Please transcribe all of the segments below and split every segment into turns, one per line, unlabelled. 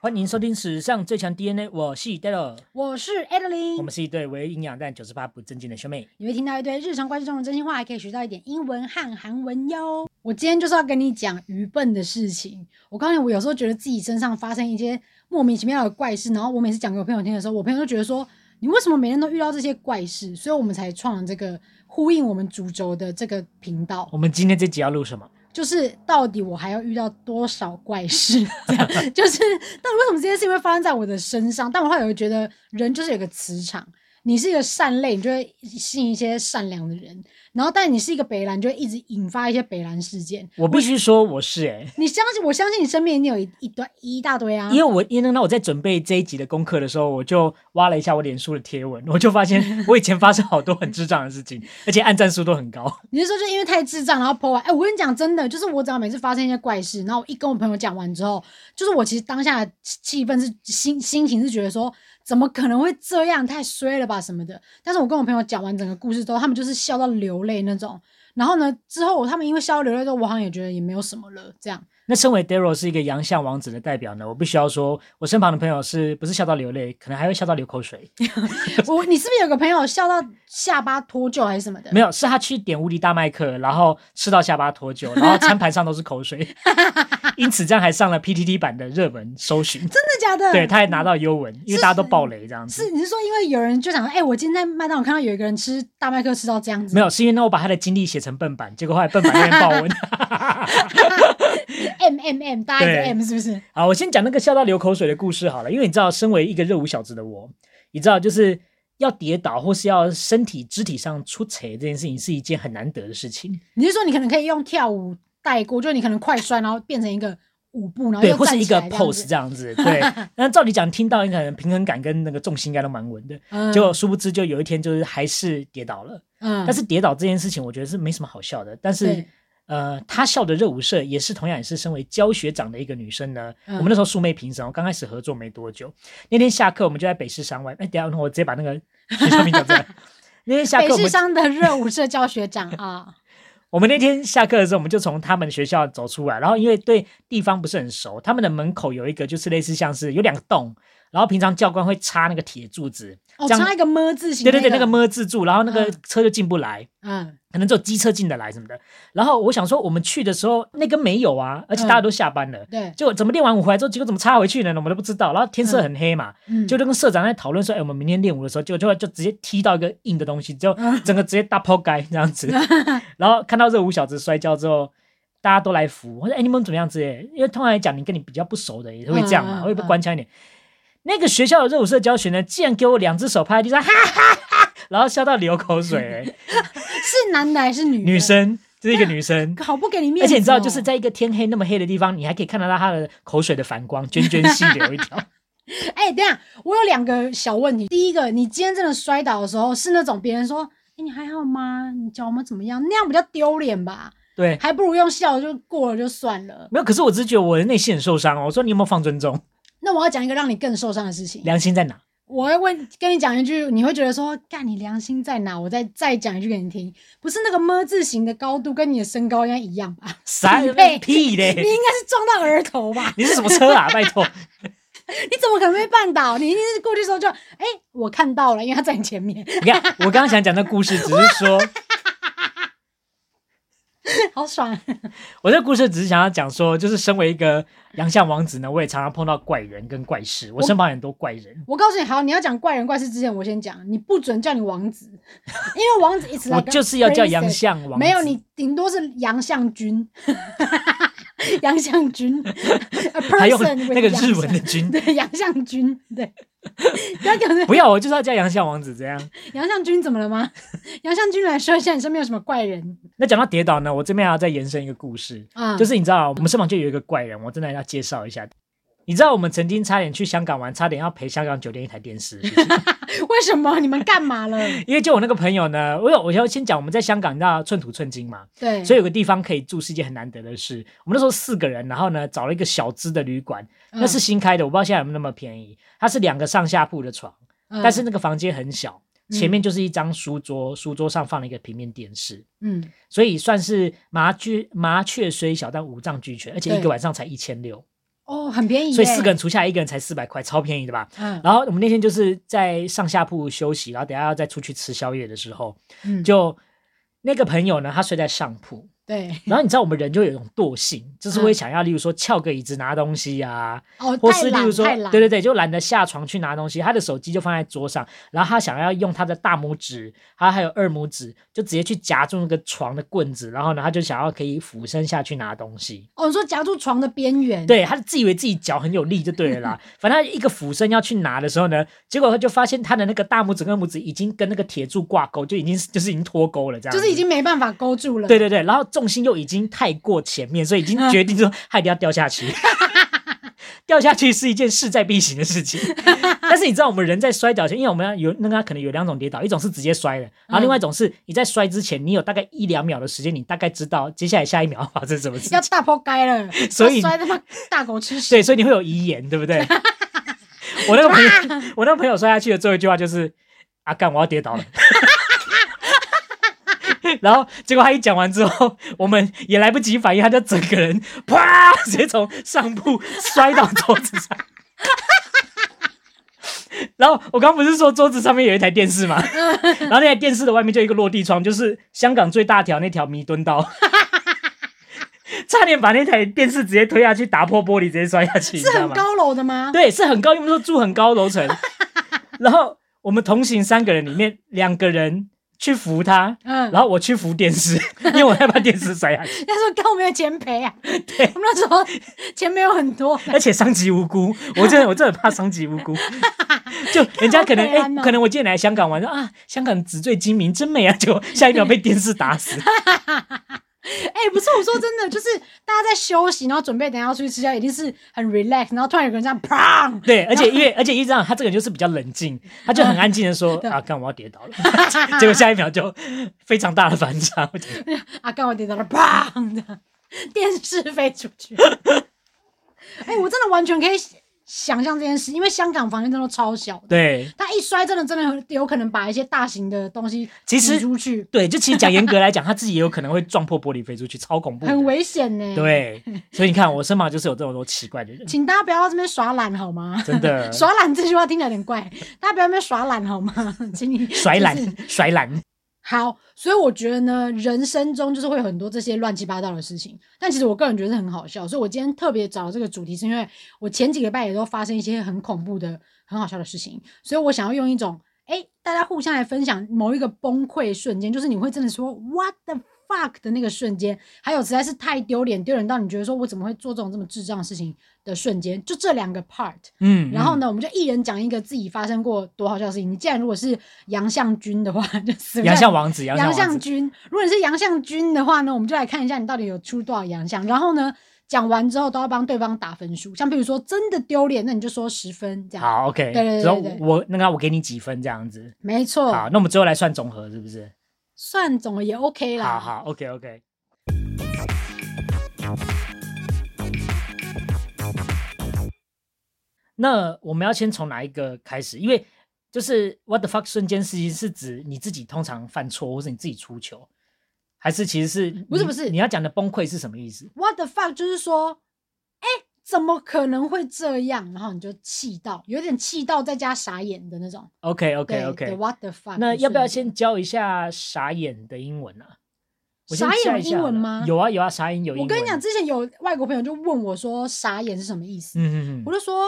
欢迎收听史上最强 DNA，我是 d a l o
我是 a d e l i
我
n
们是一对唯营养但九十八不正经的兄妹。
你会听到一堆日常关系中的真心话，还可以学到一点英文和韩文哟。我今天就是要跟你讲愚笨的事情。我告诉你，我有时候觉得自己身上发生一些莫名其妙的怪事，然后我每次讲给我朋友听的时候，我朋友就觉得说，你为什么每天都遇到这些怪事？所以我们才创了这个呼应我们主轴的这个频道
我，们今天这集要录什么？
就是到底我还要遇到多少怪事？ 这样就是到底为什么这些事情会发生在我的身上？但我后来有觉得，人就是有个磁场，你是一个善类，你就会吸引一些善良的人；然后，但你是一个北兰，你就会一直引发一些北兰事件。
我必须说我是哎、
你相信？我相信你身边一定有一一堆一大堆啊
因！为我因为那我在准备这一集的功课的时候，我就挖了一下我脸书的贴文，我就发现我以前发生好多很智障的事情，而且按赞数都很高。
你是说就因为太智障，然后破完？哎、我跟你讲，真的，就是我只要每次发生一些怪事，然后我一跟我朋友讲完之后，就是我其实当下的气氛是心心情是觉得说，怎么可能会这样？太衰了吧什么的。但是我跟我朋友讲完整个故事之后，他们就是笑到流泪那种。然后呢，之后他们因为笑到流泪之后，我好像也觉得也没有什么了，这样。
那身为 Daryl 是一个洋相王子的代表呢，我必须要说，我身旁的朋友是不是笑到流泪，可能还会笑到流口水。
我你是不是有个朋友笑到下巴脱臼还是什么的？
没有，是他去点无敌大麦克，然后吃到下巴脱臼，然后餐盘上都是口 水，因此这样还上了 PTT 版的热门搜寻。
真的假的？
对，他还拿到优文，因为大家都爆雷这样子。
是你是说因为有人就想说，哎、我今天在麦当劳看到有一个人吃大麦克吃到这样子，
没有，是因为那我把他的经历写成笨版，结果后来笨版那边爆文。
M M M，大家一
对
个 M 是不是？
好，我先讲那个笑到流口水的故事好了，因为你知道，身为一个热舞小子的我，你知道就是要跌倒或是要身体肢体上出彩这件事情是一件很难得的事情，
你是说你可能可以用跳舞带过，就是你可能快摔，然后变成一个舞步，然后
对，
哦又
或是
站
一
起
个
来这样
pose
子
这样子， 对。那照理讲，听到你可能平衡感跟那个重心应该都蛮稳的，
嗯
结果殊不知就有一天就是还是跌倒了。
嗯，
但是跌倒这件事情，我觉得是没什么好笑的，但是
对。
呃，他笑的热舞社也是同样也是身为教学长的一个女生呢。
嗯
我们那时候素昧平生，我刚开始合作没多久，那天下课我们就在北市商外。哎，等一下我直接把那个学校名讲出 来。那天下
北
课我
市
们
商的热舞社教学长 啊，
我们那天下课的时候，我们就从他们学校走出来，然后因为对地方不是很熟，他们的门口有一个就是类似像是有两个洞，然后平常教官会插那个铁柱子，
哦，
这样
插一个么字形，
对对对，那个，么字柱，然后那个
嗯
车就进不来。
嗯，
可能只有机车进得来什么的，然后我想说，我们去的时候那根没有啊，而且大家都下班了，
对，
就怎么练完舞回来之后，结果怎么插回去呢？我们都不知道。然后天色很黑嘛，
嗯，
就跟社长在讨论说，哎、我们明天练舞的时候，结果就就直接踢到一个硬的东西，就
嗯
整个直接大抛盖这样 子。然后看到这五小子摔跤之后，大家都来扶，我说，哎、你们怎么样之类的？因为通常来讲，你跟你比较不熟的也会这样嘛，
嗯嗯
会被官腔一点。那个学校的热舞社教学呢，竟然给我两只手拍在地上，哈哈哈，然后笑到流口水、哎
是男的还是女的
女，生，这是一个女生。
好不给你面
而
子哦，
且你知道，就是在一个天黑那么黑的地方，你还可以看得到她的口水的反光，涓涓细流一 条。
哎、等一下，我有两个小问题。第一个，你今天真的摔倒的时候，是那种别人说：“哎、你还好吗？你脚有没有怎么样？”那样比较丢脸吧，
对，
还不如用笑就过了就算了。
没有。可是我只是觉得我的内心很受伤哦。我说你有没有放尊重？
那我要讲一个让你更受伤的事情。
良心在哪？
我要问，跟你讲一句，你会觉得说：“干，你良心在哪？”我再再讲一句给你听，不是那个么字形的高度跟你的身高应该一样 吧？
啥
匹配
屁
你
嘞！
应该是撞到额头吧？
你是什么车啊？拜托，
你怎么可能被绊倒？你一定是过去的时候就：“哎、我看到了，因为他在你前面。
你看我刚刚想讲的故事，只是说，
好爽。
我这故事只是想要讲说，就是身为一个洋相王子呢，我也常常碰到怪人跟怪事。我身旁很多怪人，
我告诉你，好，你要讲怪人怪事之前，我先讲，你不准叫你王子， 因为王子 it's like
我
a
就是要叫洋
princess
相王子。
没有你顶多是洋相君， 洋相 君，a
还有
person
那个
with
日文的
洋
君
相， 对洋相君，对，不要讲这
不要，我就是要叫洋相王子这样。
洋相君怎么 了吗？洋相君来说一下，你身边有什么怪人
那讲到跌倒呢，我这边还要再延伸一个故事，
啊？
就是你知道，我们身旁就有一个怪人，我真的要介绍一下。你知道我们曾经差点去香港玩，差点要赔香港酒店一台电 视，
为什么你们干嘛 了？
因为就我那个朋友呢，我有我要先讲我们在香港，你知道寸土寸金嘛，
对，
所以有个地方可以住是一件很难得的事。我们那时候四个人，然后呢找了一个小资的旅馆，
嗯
那是新开的，我不知道现在有没有那么便宜。它是两个上下铺的床，
嗯
但是那个房间很小，前面就是一张书桌，书桌上放了一个平面电视，
嗯，
所以算是麻雀麻雀虽小，但五脏俱全，而且一
对
个晚上才一千六，
哦，很便宜耶，
所以四个人除下来，一个人才四百块，超便宜的吧？
嗯，
然后我们那天就是在上下铺休息，然后等一下要再出去吃宵夜的时候，
嗯，
就那个朋友呢，他睡在上铺，
对，
然后你知道我们人就有一种惰性，就是会
嗯
想要，例如说翘个椅子拿东西啊，
哦，
或
太
是例
懒
如说
太，懒，
对对对，就懒得下床去拿东西，他的手机就放在桌上，然后他想要用他的大拇指，他还有二拇指，就直接去夹住那个床的棍子，然后呢，他就想要可以俯身下去拿东西。
哦，你说夹住床的边缘，，
对，他自以为自己脚很有力就对了 啦。反正他一个俯身要去拿的时候呢，结果他就发现他的那个大拇指跟二拇指已经跟那个铁柱挂钩，就已经就是已经脱钩了，这样
就是已
子
经没办法勾住了，
对，对对，然后重心又已经太过前面，所以已经决定 说他一定要掉下去。 掉下去是一件势在必行的事情， 但是你知道我们人在摔跤前，因为我们要有那个它可能有两种跌倒，一种是直接摔的，然后另外
嗯
一种是你在摔之前，你有大概一两秒的时间，你大概知道接下来下一秒要发生什么事情
要，大抛该了，
所以
要摔他妈大狗吃屎，
对，所以你会有遗言，对不对？我那个朋友， 我那个朋友摔下去的最后一句话就是：“啊，干，我要跌倒了。”然后结果他一讲完之后，我们也来不及反应，他就整个人啪，直接从上铺摔到桌子上。 然后我刚不是说桌子上面有一台电视吗？然后那台电视的外面就有一个落地窗，就是香港最大条那条弥敦道， 差点把那台电视直接推下去，打破玻璃，直接摔下去，你知
是
道
很
吗？
高楼的 吗？
对，是很高，因为说住很高楼 层。然后我们同行三个人里面，两个人去扶他，
嗯，
然后我去扶电视， 因为我害怕电视摔下去，
他说跟我没有钱赔啊，对，我们那时候钱没有很多，
而且伤及无 辜。我真的我真的很怕伤及无辜，就人家可能
好
哎、
北蓝哦
可能我今天来香港玩说啊，香港纸醉金迷真美啊，结果 下一秒被电视打 死。
哎、不是，我说真的，就是大家在休息，然后准备等一下要出去吃宵，一定是很 relax，然后突然有个人这样砰，
对，而且因为而且一直让他这个人就是比较冷静，他就很安静的 说啊，干我要跌倒了，结 果下一秒就非常大的反差。我觉得
啊，刚好跌到了，砰这样，电视飞出去。哎、我真的完全可以想象这件事，因为香港房间真的超小的，
对。
他一摔真的真的很有可能把一些大型的东西
其实
挤出去，
对，就其实讲严格来讲，他自己也有可能会撞破玻璃飞出去，超恐怖的。
很危险呢、，
对，所以你看，我身旁就是有这种多奇怪的人，
请大家不要在这边耍懒好吗？
真的
耍懒这句话听起来有点怪，大家不要在那边耍懒好吗？ 请你
甩
就是
懒甩懒。
好，所以我觉得呢，人生中就是会有很多这些乱七八糟的事情，但其实我个人觉得是很好笑，所以我今天特别找这个主题，是因为我前几个礼拜也都发生一些很恐怖的、很好笑的事情，所以我想要用一种，哎、大家互相来分享某一个崩溃瞬间，就是你会真的说 “what the fuck” 的那个瞬间，还有实在是太丢脸，丢脸到你觉得说我怎么会做这种这么智障的事情的瞬间，就这两个 part。
嗯，
然后
嗯？
呢，我们就一人讲一个自己发生过多好笑的事情。你既然如果是杨向军的话，就死不
洋
下
相嗯王子，洋
杨
相
向
王子，
军。如果你是杨向军的话呢，我们就来看一下你到底有出多少洋相。然后呢，讲完之后都要帮对方打分数。像比如说真的丢脸，那你就说十分这样。
好，OK。
啊对对对
然后
对哦对
我那个啊我给你几分这样子。
没
好
错，，
那我们最后来算总和，是不是？
算总了也 OK 啦。
好好，OK OK。那我们要先从哪一个开始？因为就是 what the fuck 瞬间事情是指你自己通常犯错，或是你自己出糗，还是其实是
不是
你
不是
你要讲的崩溃是什么意思？
What the fuck？就是说，哎、怎么可能会这样？然后你就气到，有点气到在家傻眼的那种。
OK OK
对
OK，
对 What the fuck？
那
的
要不要
瞬
先
间？
教一下傻眼的英文啊？我先
傻眼
教
有
一下
英文
好了
吗
有啊有啊，傻眼有英文。
我跟你讲，之前有外国朋友就问我说，傻眼是什么意思？
嗯嗯
我
嗯，
就说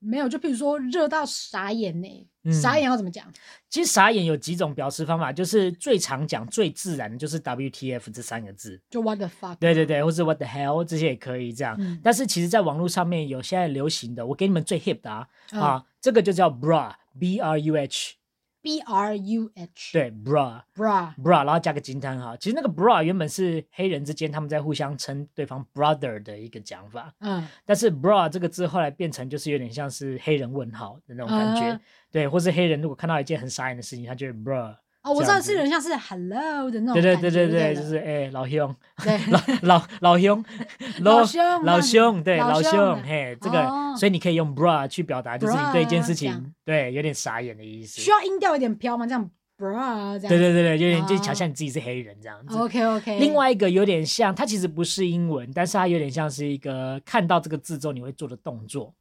没有，就譬如说热到傻眼呢、
嗯
傻眼要怎么讲？
其实傻眼有几种表示方法，就是最常讲、最自然的就是 WTF 这三个字。
就 what the fuck？
对对对，或是 What the hell 这些也可以这样。
嗯
但是其实，在网络上面有现在流行的，我给你们最 hip 的啊，
嗯
啊这个就叫 bra b r u h，
，b r u h，
对 bra
，bra，
bra，然后加个惊叹号。其实那个 bra 原本是黑人之间他们在互相称对方 brother 的一个讲法，
嗯，
但是 bra 这个字后来变成就是有点像是黑人问号的那种感觉，
啊
对，或是黑人如果看到一件很傻眼的事情，他就会 bra，
哦，我知
这
道
样子
是有点像是 hello 的那种
对对
感
对
觉，
对对，
对
就
了
是哎老兄
对
老老兄
老兄啊
老兄对
老
老
兄啊
兄嘿这个
哦，
所以你可以用 bra 去表达，就是你
bra，
对一件事
这
情
样
对有点傻眼的意思
需。要音调有点飘吗？这样 bra 这样，
对对对对，有点就
哦
想象你自己是黑人这样子。
，OK OK。
另外一个有点像，它其实不是英文，但是它有点像是一个看到这个字之后你会做的动作，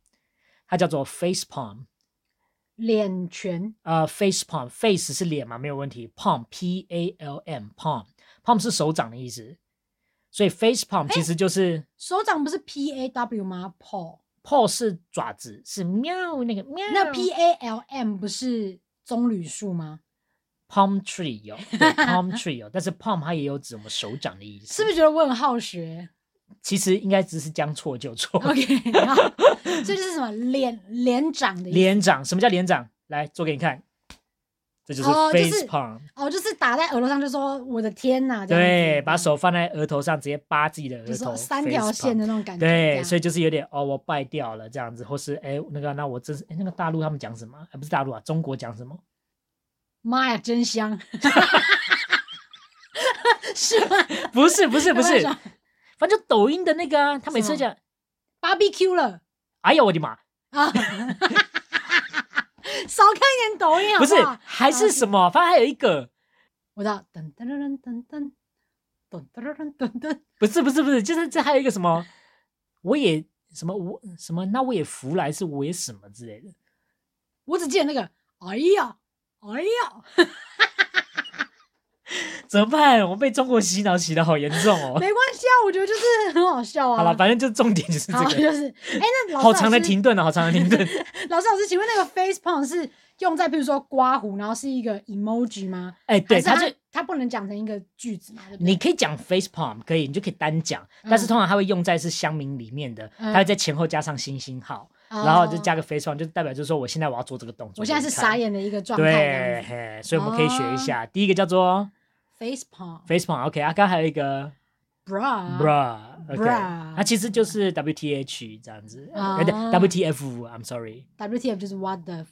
它叫做 face palm。
脸拳
呃，face palm，face 是脸嘛，没有问题。palm，p a l m，palm，palm 是手掌的意思，所以 face palm 其实就是、
手掌不是 P A W 吗？Paul，
paw 是爪子，是喵那个喵。
那 P A L M 不是棕榈树吗？
palm tree 有对，palm tree 有，但是 palm 它也有指我们手掌的意思，
是不是觉得我很好学
其实应该只是将错就错。
？OK，好所以这是什么脸脸掌的意思？
连掌，什么叫连掌？来做给你看，这就是
哦就是
face palm，、
哦，就是打在额头上就说我的天呐，这样子
对，把手放在额头上，直接扒自己的额
就
头，
是三条
face palm
线的那种感觉，
对，所
以
以就是有点哦，我败掉了这样子，或是哎那个，那我真是哎那个大陆他们讲什么？哎不是大陆啊，中国讲什么？
妈呀，真香， 是吗？
不是不是不是
开玩笑，
反正就抖音的那个啊，他每次都讲，
barbecue 了
哎呦我的妈，
啊！ 少看一点抖音
不
好
是
好？
还是什么？反正还有一个，
我知道，噔噔噔噔噔噔噔噔噔噔，
不是不是不是，就是这还有一个什么，我也什么我什么，那我也服来是我也什么之类的，
我只记得那个，哎呀，哎呀，
怎么办？我被中国洗脑洗的好严重哦。
没关系啊，我觉得就是很好笑啊。
好了，反正就重点就是
好
这
就
个，
是，哎，那老 师
好长的
老师
停顿啊，好长的停 顿。
老师老师，请问那个 face palm 是用在比如说刮胡，然后是一个 emoji 吗？
哎，对，
它
他就
它不能讲成一个句子嘛？对不对
你可以讲 face palm，可以，你就可以单讲，但是
嗯
通常它会用在是乡民里面的，
嗯
它会在前后加上星星号，
哦
然后就加个 face palm，就代表就是说我现在我要做这个动作。
我现在是傻眼的一个状
给你看。
态
对，嘿所以我们可以学一下。
哦
第一个叫做
，face palm
face palm，OK，、啊，刚刚还有一个
bra
bra，OK，、
bra
它其实就是 WTH 这样子，
哦
呃对 WTF，I'm sorry，
WTF 就是 what the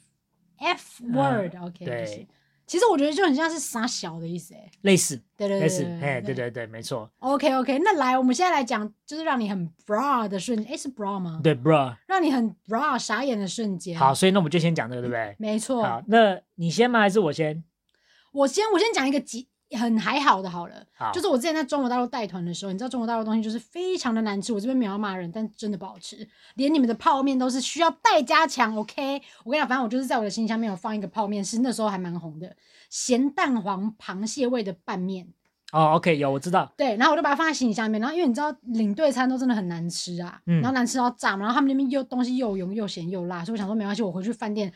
f
嗯
word，OK，就是
对，
其实我觉得就很像是傻小的意思，哎，
类似
对对
类似，
对
哎，对对对，没错，
OK OK，那来，我们现在来讲，就是让你很 bra 的瞬间，诶，是 bra 吗？
对 bra。
让你很 bra 傻眼的瞬间。
好，，所以那我们就先讲这个，对不对？
没
好
错。，
那你先吗？还是我先？
我先我先讲一个极很还好的，好了，
好，
就是我之前在中国大陆带团的时候，你知道中国大陆的东西就是非常的难吃，我这边没有要骂人，但真的不好吃，连你们的泡面都是需要代加强。OK，我跟你讲，反正我就是在我的行李箱里面有放一个泡面，是那时候还蛮红的，咸蛋黄螃蟹味的拌面。
哦，OK，有我知道，
对，然后我就把它放在行李箱里面，然后因为你知道领队餐都真的很难吃啊，
嗯
然后难吃到炸嘛，然后他们那边又东西又油又咸又辣，所以我想说没关系，我回去饭店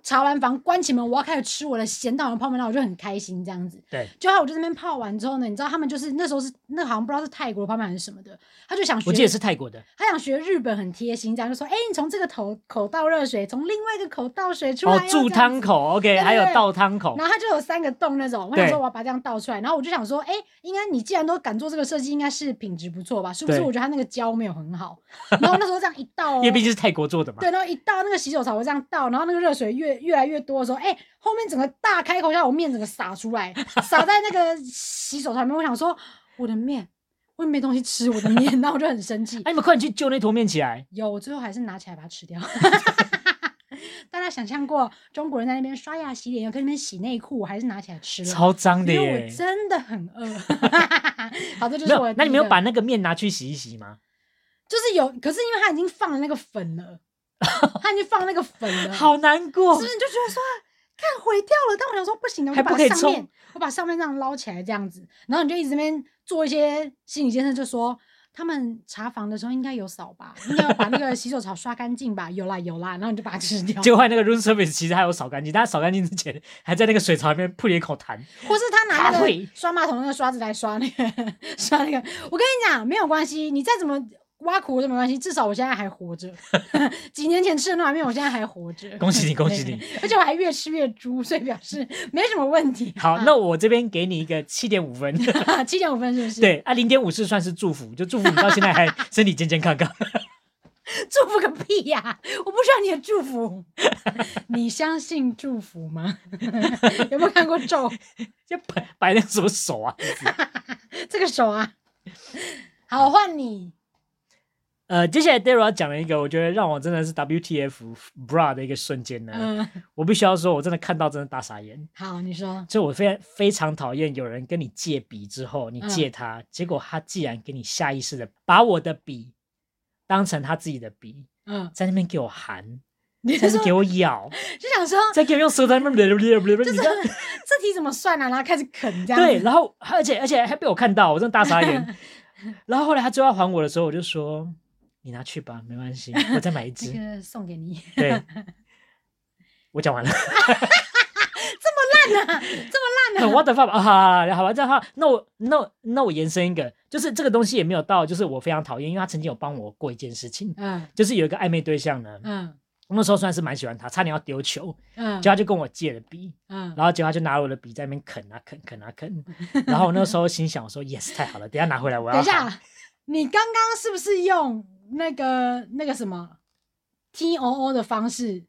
查完房关起门，我要开始吃我的咸蛋黄泡面，然后我就很开心这样子。
对，
就后来我就在那边泡完之后呢，你知道他们就是那时候是那好像不知道是泰国的泡面还是什么的，他就想学，
我记得是泰国的。
他想学日本很贴心，这样就说，哎、你从这个头口倒热水，从另外一个口倒水出来、
哦，注汤。口
对
，OK，
对
还有
对
倒汤口
然，后它就有三个洞那种，我想
对
说我要把它这样倒出来，然后我就想说，哎，应该你既然都敢做这个设计，应该是品质不错吧？是不是？
对
我觉得它那个胶没有很好，然后那时候这样一倒、哦，
因为毕竟是泰国做的嘛。
对，然后一倒那个洗手槽我这样倒，然后那个热水越越来越多的时候，哎，后面整个大开口下，我面整个洒出来，洒在那个洗手槽里面，我想说我的面，我也没东西吃，我的面，然后我就很生气，
哎，你们快点去救那坨面起来。
有，我最后还是拿起来把它吃掉。 大家想象过中国人在那边刷牙洗脸，又跟那边洗内裤，我还是拿起来吃了。
超脏的
因为
耶
我！真的很 饿。好，这就
没
是我
有
的，
那你
第一
没有
个
把那个面拿去洗一洗吗？
就是有，可是因为他已经放了那个 粉了，他已经放那个粉了，
好难过
是不，是你就觉得说看毁掉了？但我想说不行啊的，我
哦还不
就把
可以
上面
冲
我把上面这样捞起来这样子，然后你就一直在那边做一些心理建设，就说。他们查房的时候应该有扫吧，应该有把那个洗手槽刷干净吧？有啦有啦，然后你就把它吃掉。
结果那个 room service 其实还有扫干净，但他扫干净之前还在那个水槽里面吐了一口痰。
或是他拿那
他
个
会
刷马桶那个刷子来刷那个刷那个。我跟你讲，没有关系，你再怎么挖苦我都没关系，至少我现在还活着。 几年前吃的那碗面，我现在还活着。
恭 喜你，恭喜你！
而且我还越吃越猪，所以表示没什么问题。啊
好，那我这边给你一个七点五分。
那七点五分是不是？，
对啊，零点五是算是祝福，就祝福你到现在还身体健健康康。
祝福个屁呀、我不需要你的祝福。 你相信祝福吗？ 有没有看过咒？
就摆摆那个什么手啊？
这个手啊，好换你。
呃，接下来 Daryl 要讲了一个，我觉得让我真的是 WTF bra 的一个瞬间呢。
嗯，
我必须要说，我真的看到真的大傻眼。
好，你说。
就我非常非常讨厌有人跟你借笔之后，你借他，结果他竟然给你下意识的把我的笔当成他自己的笔，
嗯，
在那边给我含，
你
在
是
那边
说
给我咬，
就想说
在给我用舌头在那边你
这
知道
这题怎么算啊？然后开始啃这样。
对，，然后而且而且还被我看到，我真的大傻 眼。然后后来他最后要还我的时候，我就说：“你拿去吧，没关 系，我再买一
这
支。
个送给你。”
对，我讲完了。
啊这么 烂
很
啊！
what the fuck 啊！好吧，这样的话，那我那我那我延伸一个，就是这个东西也没有到，就是我非常讨厌，因为他曾经有帮我过一件事情，
嗯
就是有一个暧昧对象呢，
嗯
那时候算是蛮喜欢他，差点要丢球，
嗯，
结果他就跟我借了笔，
嗯
然后结果他就拿了我的笔在那边啃啊啃啃啊啃， 然后我那时候心想我说 yes 太好了，等一下拿回来我要
等一
好
下，你刚刚是不是用那个那个什么 T O O 的方式，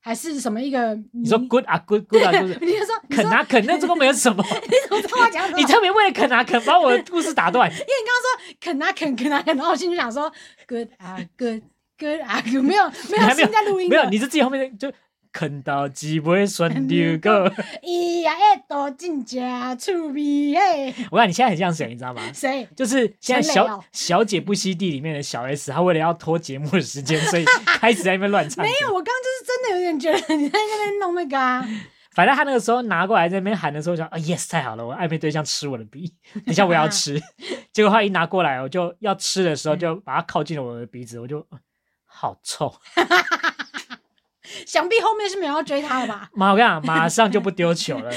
还是什么一个？
你
你
说 good 啊 good good 啊 good，
你就说你
啃
说
啊啃，那这个没有什么，
你怎么跟我讲什么？
你特别为了啃啊啃把我的故事打断，
因 为你刚刚说啃啊啃啃啊啃，然后我心里想说 good 啊 good good 啊 good，没 有没
你
有
还没有
心在录音
没
的，
有，你是自己后面就啃到鸡不会酸丢个。
咿呀哎多进家趣味嘿，
我看你现在很像谁，你知道吗？
谁？
就是现在
陈磊
小、
哦
小姐不惜地里面的小 S，她为了要拖节目的时间，所 以开始在那边乱唱。
没有，，我刚刚就是真的有点觉得你在那边弄那个啊，
反正她那个时候拿过来在那边喊的时候，我想啊、yes 太好了，我暧昧对象吃我的笔， 等一下我也要 吃。结果她一拿过来，我就要吃的时
嗯
候就把它靠近了我的鼻子，我就呃好臭。
想必后面是没有要追他了吧？
妈，我跟你讲，马上就不丢球 了，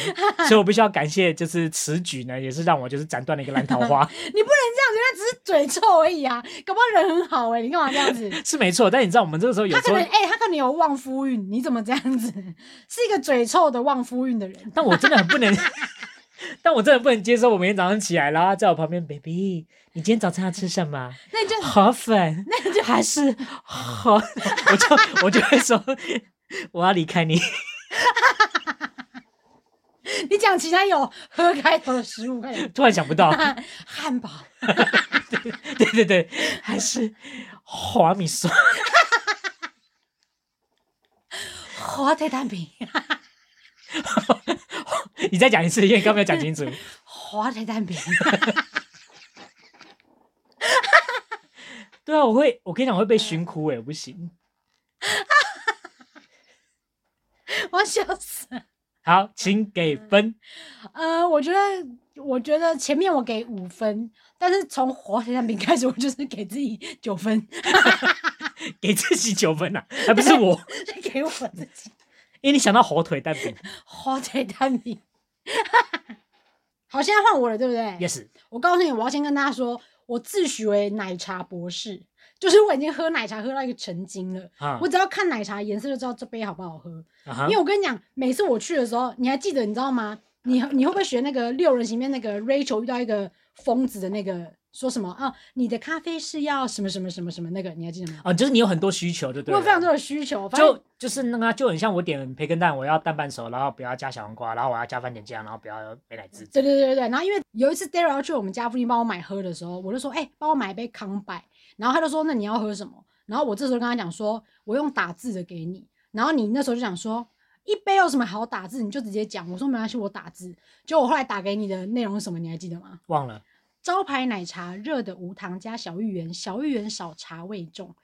所以我必须要感谢，就是此举呢，也是让我就是斩断了一个烂桃 花，
你不能这样，人家只是嘴臭而已啊，搞不好人很好哎、你干嘛这样子？
是没错。但你知道我们这个时候有
他
时
可
候
能，哎、他可能有旺夫运，你怎么这样子？是一个嘴臭的旺夫运的人。
但我真的很不 能，但我真的不能接受。我每天早上起来，然后在我旁边，baby，你今天早餐要吃什 么？
那你就
河粉，那就还是河， 我就我就会说我要离开你。
你讲其他有喝开头的食物，快点，
突然想不 到，
汉堡，
对对对，还是华米酸。
火腿蛋饼，
你再讲一次，因为刚没有讲清楚。
火腿蛋饼，
对啊，我会，我跟你讲，我会被熏哭哎、我不行。
我要笑死。
好，请给
嗯
分。
呃，我觉得，我觉得前面我给五分，但是从火腿蛋饼开始，我就是给自己九分，
给自己九分啊，还不是我，
给我自己
因为你想到火腿蛋 饼
火腿蛋饼。 好，现在换我了，对不对
，yes，
我告诉你，我要先跟大家说，我自诩为奶茶博士，就是我已经喝奶茶喝到一个成精了。
啊
我，只要看奶茶颜色就知道这杯好不好喝，
啊哈
因为我跟你讲，每次我去的时候，你还记得你知道吗？你你会不会学那个六人行里面那个 Rachel 遇到一个疯子的那个说什么啊？你的咖啡是要什么什么什么什么那个？你还记得吗？
啊，就是你有很多需求，就
我
对了。啊
有非常多的需求，反正
就就是那个啊，就很像我点培根蛋，我要蛋半熟，然后不要加小黄瓜，然后我要加番茄酱，然后不要美乃滋。
对对对对对。然后因为有一次 Daryl 要去我们家附近帮我买喝的时候，我就说，哎、帮我买一杯康拜。然后他就说，那你要喝什么？然后我这时候跟他讲说，我用打字的给你。然后你那时候就想说，一杯有什么好打字？你就直接讲。我说没关系，我打字。结果我后来打给你的内容是什么？你还记得吗？
忘了，
招牌奶茶，热的无糖加小芋圆，小芋圆少茶味重。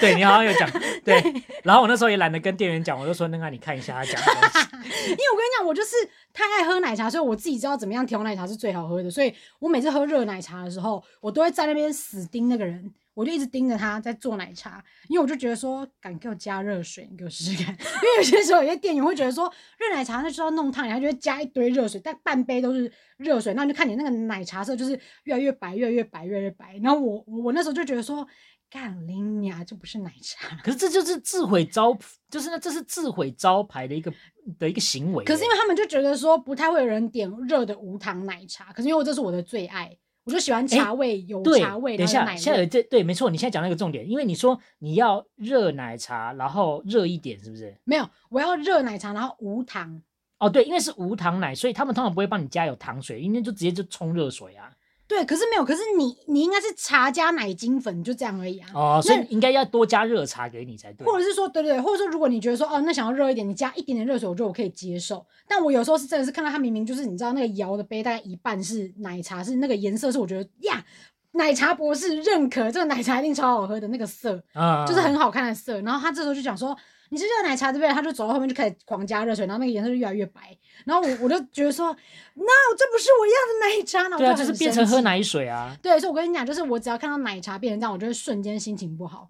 对你好像有 讲对，然后我那时候也懒得跟店员讲，我就说那个啊你看一下他讲的东西。
因为我跟你讲，我就是太爱喝奶茶，所以我自己知道怎么样调奶茶是最好喝的。所以我每次喝热奶茶的时候，我都会在那边死盯那个人，我就一直盯着他在做奶茶，因为我就觉得说，敢给我加热水，你给我试试看。 因为有些时候有些店员会觉得说，热奶茶那就要弄烫，然后就会加一堆热水，但半杯都是热水，那你就看你那个奶茶色就是越来越白，越来越白，越来越白。然后我我我那时候就觉得说，干林呀，这不是奶茶。
可是这就是自毁招，就是那这是自毁招牌的一个的一个行为耶。
可是因为他们就觉得说不太会有人点热的无糖奶茶，可是因为我这是我的最爱，我就喜欢茶味，有
对，
茶味，
等一
然后
下，
奶
现在有
味。
这对，没错，你现在讲那个重点，因为你说你要热奶茶，然后热一点，是不是？
没有，我要热奶茶，然后无糖。
哦，对，因为是无糖奶，所以他们通常不会帮你加有糖水，因为就直接就冲热水啊。
对，可是没有，可是你你应该是茶加奶精粉，就这样而已啊。
哦，所以应该要多加热茶给你才对。
或者是说，对对对，或者说，如果你觉得说，哦，那想要热一点，你加一点点热水，我觉得我可以接受。但我有时候是真的是看到它明明就是你知道那个摇的杯大概一半是奶茶，是那个颜色是我觉得呀，奶茶博士认可这个奶茶一定超好喝的那个色，
啊
就是很好看的色。然后他这时候就讲说，你是热奶茶对不对？他就走到后面就开始狂加热水，然后那个颜色就越来越白。然后我我就觉得说，no，这不是我要的奶茶，然后
对啊，
就
就是
很
变
生
成喝
气
奶水啊。
对，所以我跟你讲，就是我只要看到奶茶变成这样，我就会瞬间心情不好，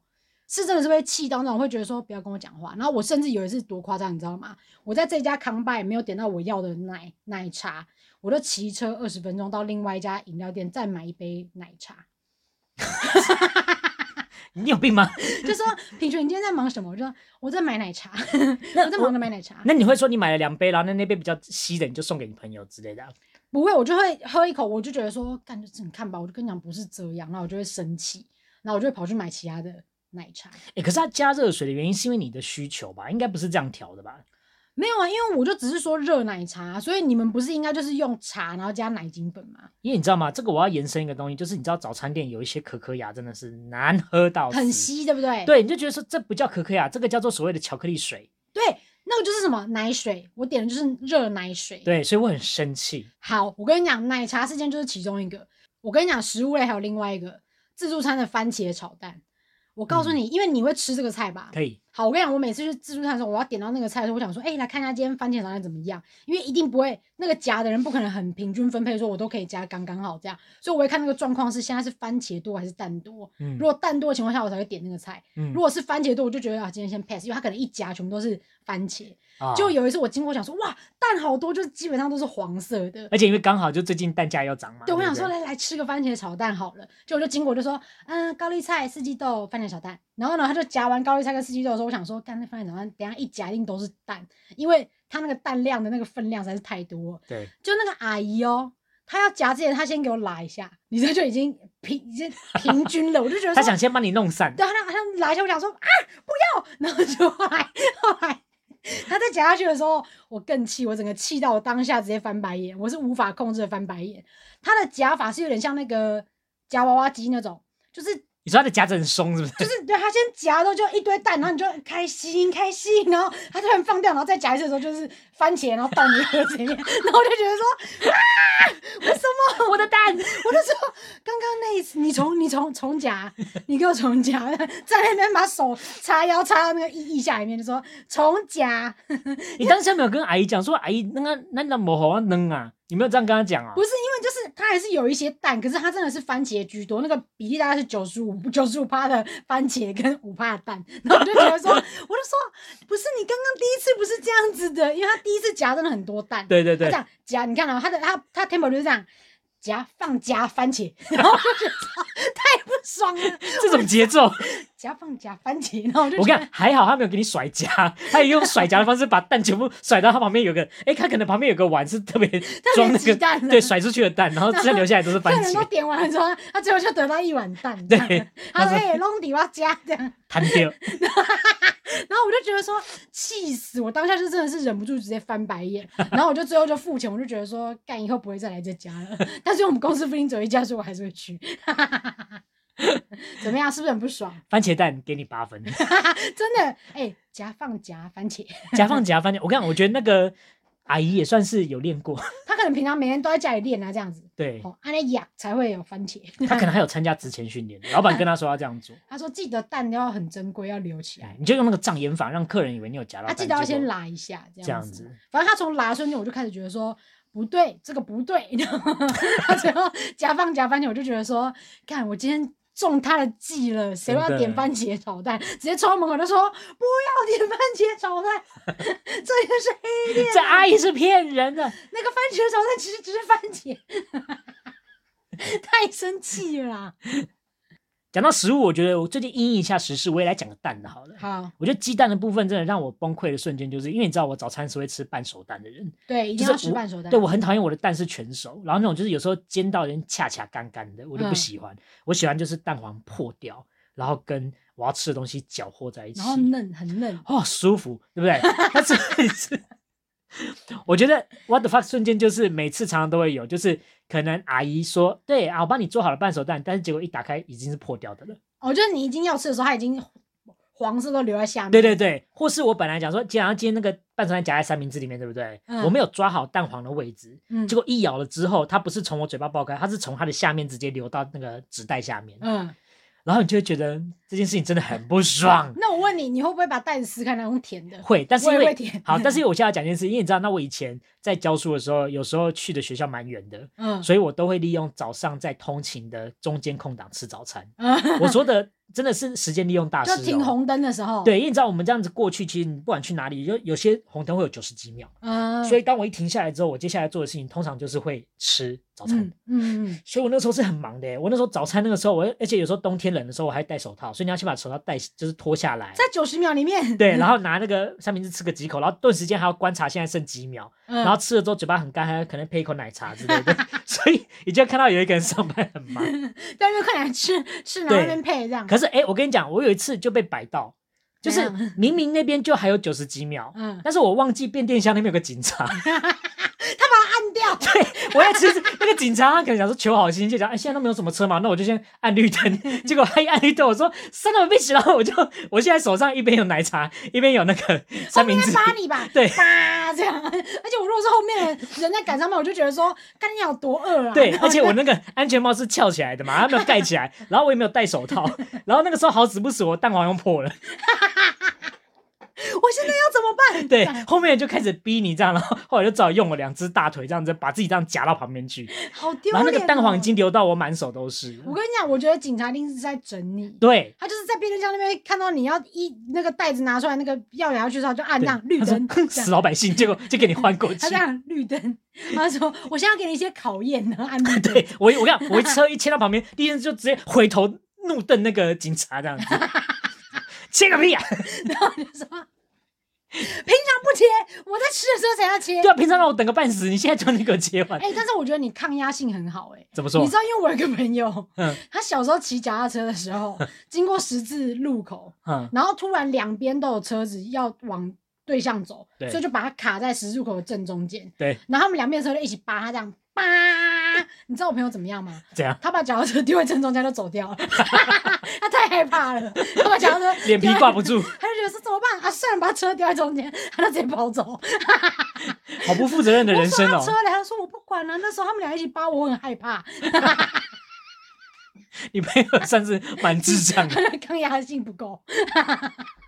是真的是会气到那种，会觉得说不要跟我讲话。然后我甚至有一次多夸张，你知道吗？我在这家康拜没有点到我要的奶奶茶，我就骑车二十分钟到另外一家饮料店再买一杯奶茶，
你有病吗？
就说品雪你今天在忙什么？我就说我在买奶茶，
那
我在忙着买奶茶。
那你会说你买了两杯，然后那那杯比较稀的，你就送给你朋友之类的啊、
不会，我就会喝一口，我就觉得说，干就是你看吧，我就跟你讲不是这样，然后我就会生气，然后我就会跑去买其他的奶茶。
哎，可是它加热水的原因是因为你的需求吧？应该不是这样调的吧？
没有啊，因为我就只是说热奶茶，啊所以你们不是应该就是用茶然后加奶精粉吗？
因为你知道吗？这个我要延伸一个东西，就是你知道早餐店有一些可可雅真的是难喝到死
很。稀，对不对？
对，你就觉得说这不叫可可雅，这个叫做所谓的巧克力水。
对那个就是什么奶水，我点的就是热奶水。，
对，所以我很生气。
好，我跟你讲，奶茶事件就是其中一个。我跟你讲，食物类还有另外一个自助餐的番茄炒蛋。我告诉
嗯
你，因为你会吃这个菜吧？
可以，
好，我跟你讲，我每次去自助餐的时候，我要点到那个菜的时候，我想说，哎、来看一下今天番茄炒蛋怎么样，因为一定不会那个夹的人不可能很平均分配，说我都可以夹刚刚好这样，所以我会看那个状况是现在是番茄多还是蛋多。
嗯
如果蛋多的情况下，我才会点那个菜；
嗯
如果是番茄多，我就觉得啊，今天先 pass，因为它可能一夹全部都是番茄。
啊
就有一次我经过，想说哇，蛋好多，就是基本上都是黄色的。
而且因为刚好就最近蛋价要涨嘛，
对，
对，
我想说，来来吃个番茄炒蛋好了。结果就经过就说，嗯，高丽菜、四季豆、番茄炒蛋。然后呢，他就夹完高丽菜跟四季豆的时候，我想说，干那番茄炒蛋，等一下一夹一定都是蛋，因为它那个蛋量的那个分量实在是太多了。
对，
就那个阿姨哦，她要夹之前，她先给我拉一下，你这就已经平已经平均了，我就觉得
他
说
想先帮你弄散，
对，他那好像来一下，我想说啊，不要，然后就后来 后来他在夹下去的时候，我更气，我整个气到我当下直接翻白眼，我是无法控制的翻白眼。他的夹法是有点像那个夹娃娃机那种，就是
你说他的夹子很松是不？
就是是对他先夹到就一堆蛋，然后你就很开心开心，然后 他突然放掉，然后再夹一次的时候就是番茄，然后到你的盒子里面， 然后我就觉得说 啊，为什么 我的蛋？ 我就说刚刚那一次你重你重重夹，你给我重夹， 在那边把手叉腰叉到那个衣衣下里面，就说重夹，
你当时有没有跟阿姨讲说，阿姨那个那那抹红扔啊？你没有这样跟他讲啊？
不是因为就是它还是有一些蛋，可是它真的是番茄居多，那个比例大概是九十五九十五趴的番茄跟五趴的蛋，然后我就觉 得说，我就说不是你刚刚第一次不是这样子的，因为他第一次夹真的很多蛋，
对对
他
对
这，样夹，你看到、他的他他 tempo 就是这样夹放夹番茄， 然后我就觉得操 太不爽了，
这种节 奏，
夹放夹番茄，然后我就
我
觉
看
得
还好他没有给你甩夹，他也用甩夹的方式把蛋全部甩到他旁边有个，哎，他可能旁边有个碗是特别装 那
鸡
个
蛋了
对甩出去的蛋，然后 这留下来都是番
客人都
茄，
点完了之后，他最后就得到一碗蛋，这样
对，
他说
他说
哎，弄底我要加这样。
弹掉。
然后我就觉得说气死我，当下就真的是忍不住直接翻 白眼。然后我就最后就付钱，我就觉得说干以后不会再来这家了。 但是我们公司附近只有一家，所以我还是会去。 怎么样？是不是很不爽？
番茄蛋给你八 分，
真的，哎、夹放夹番茄，
夹放夹番茄。我看，我觉得那个阿姨也算是有练过，
他可能平常每天都在家里练啊，这样子，
对
哦，按那养才会有番茄。
她可能还有参加职前训练，老板跟她说要这样做。
他说记得蛋要很珍贵，要留起来
哎，，你就用那个障眼法，让客人以为你有夹到蛋。
他啊记得要
结果
先拉一下，这
这样
样子。
子，
反正他从拉的瞬间，我就开始觉得说不对，这个不对。 然后他最后夹放夹番茄，我就觉得说，看我今天中他的计了，谁要
真的
点番茄炒蛋？直接冲到门口就说不要点番茄炒蛋， 这也是黑店。
这阿姨是骗人的。
那个番茄炒蛋其 实只是番茄，太生气了啦。
讲到食物，我觉得我最近因应一下时事，我也来讲个蛋的好了。
好，
我觉得鸡蛋的部分真的让我崩溃的瞬间，就是因为你知道我早餐是会吃半熟蛋的人，
对，一啊定
就是
要吃
我
半熟蛋。
对我很讨厌我的蛋是全熟，然后那种就是有时候煎到人恰恰干干的，我就
嗯
不喜欢。我喜欢就是蛋黄破掉，然后跟我要吃的东西搅和在一起
然，后嫩，很嫩。
哦，舒服，对不对？但是是，我觉得 what the fuck 瞬间就是每次常常都会有，就是可能阿姨说对啊，我帮你做好了半熟蛋，但是结果一打开已经是破掉的了。
哦，就是你已经要吃的时候，它已经黄色都留在下面。
对对对，或是我本来讲说，既然要煎那个半熟蛋夹在三明治里面，对不对？
嗯
我没有抓好蛋黄的位置，
嗯，
结果一咬了之后，它不是从我嘴巴爆开，它是从它的下面直接流到那个纸袋下面，
嗯，
然后你就会觉得这件事情真的很不爽。
那我问你，你会不会把袋子撕开然后用甜的？
会，但是
嗯我
因为
也会嗯舔
好，但是因为我现在要讲一件事，因为你知道，那我以前在教书的时候，有时候去的学校蛮远的，
嗯，
所以我都会利用早上在通勤的中间空档吃早餐。
嗯
我说的真的是时间利用大师、哦
就停。红灯的时候。，
对，因为你知道我们这样子过去，其实你不管去哪里，有有些红灯会有九十几秒，
嗯，
所以当我一停下来之后，我接下来做的事情通常就是会吃早餐。
嗯嗯嗯，
所以我那时候是很忙的欸耶，我那时候早餐那个时候，我而且有时候冬天冷的时候，我还戴手套，所以你要先把手套戴就是脱下来，
在嗯九十秒里面，
对， 然后拿那个三明治吃个几口，然后顿时间还要观察现在剩几秒，
然
然后吃了之后嘴巴很干，还可能配一口奶茶之类的， 所以你就看到有一个人上班很忙。
在那边快点吃吃，然后
对
那边配这样。
可是哎、诶我跟你讲，我有一次就被摆到，就
怎
是
样
明明那边就还有九十几秒，
嗯，
但是我忘记变电箱那边有个警察，
按掉。
我要其实那个警察他可能想说求好心切，讲哎现在都没有什么车嘛，那我就先按绿 灯。结果他一按绿灯，我说三个被洗，然后我就 我现在手上一边有奶茶，一边有那 个 三
后
明
面
治
在。扒你吧，
对
扒这样。而且我如果是后面的人在赶上班，我就觉得说，干你有多饿啊！
对，而且我那个安全帽是翘起来的嘛，它没有盖起来， 然后我也没有戴手套， 然后那个时候好死不死我蛋黄又破了，
我现在要怎么办？
对，后面就开始逼你这样，然后后来就只好用我两只大腿这样子把自己这样夹到旁边去，
好丢脸、
然
哦。
后那个蛋黄已经流到我满手都是了。
我跟你讲，我觉得警察一定是在整你。
对，
他就是在便利箱那边看到你要一那个袋子拿出来，那个药也要去的时候，就按
对
那样 绿
他说
灯，
哼
这
死
样
老百姓，结果就给你换过去
他这。样绿灯，他说我现在要给你一些考验，然后按绿灯。
对我一，我看我一车一切到旁边，第一件事就直接回头怒瞪那个警察这样子，切个屁啊！
然后就说：“平常不切，我在吃的时候才要切。
对啊，平常让我等个半死，你现在就那个切完，
哎、但是我觉得你抗压性很好、哎。
怎么说
你知？道，因为我有个朋友，
嗯
他小时候骑脚踏车的时 候，经过十字路口，
嗯，
然后突然两边都有车子要往对向走，
对
所以就把他卡在十字路口的正中间。
对，
然后他们两边的车就一起扒他，这样扒。你知道我朋友怎么样吗？
怎样？
他把脚踏车丢在正中间就走掉了， 他太害怕了，他把脚踏车
脸皮
丢在
挂不 住，
他就觉得说怎么办啊？算了，把车丢在中间，他就直接跑走。
好不负责任的
我
人
说
生
他
哦
车！来，他说我不管了、那时候他们俩一起扒我，我很害怕，
你朋友算是蛮智障 的。
他的抗压性不够。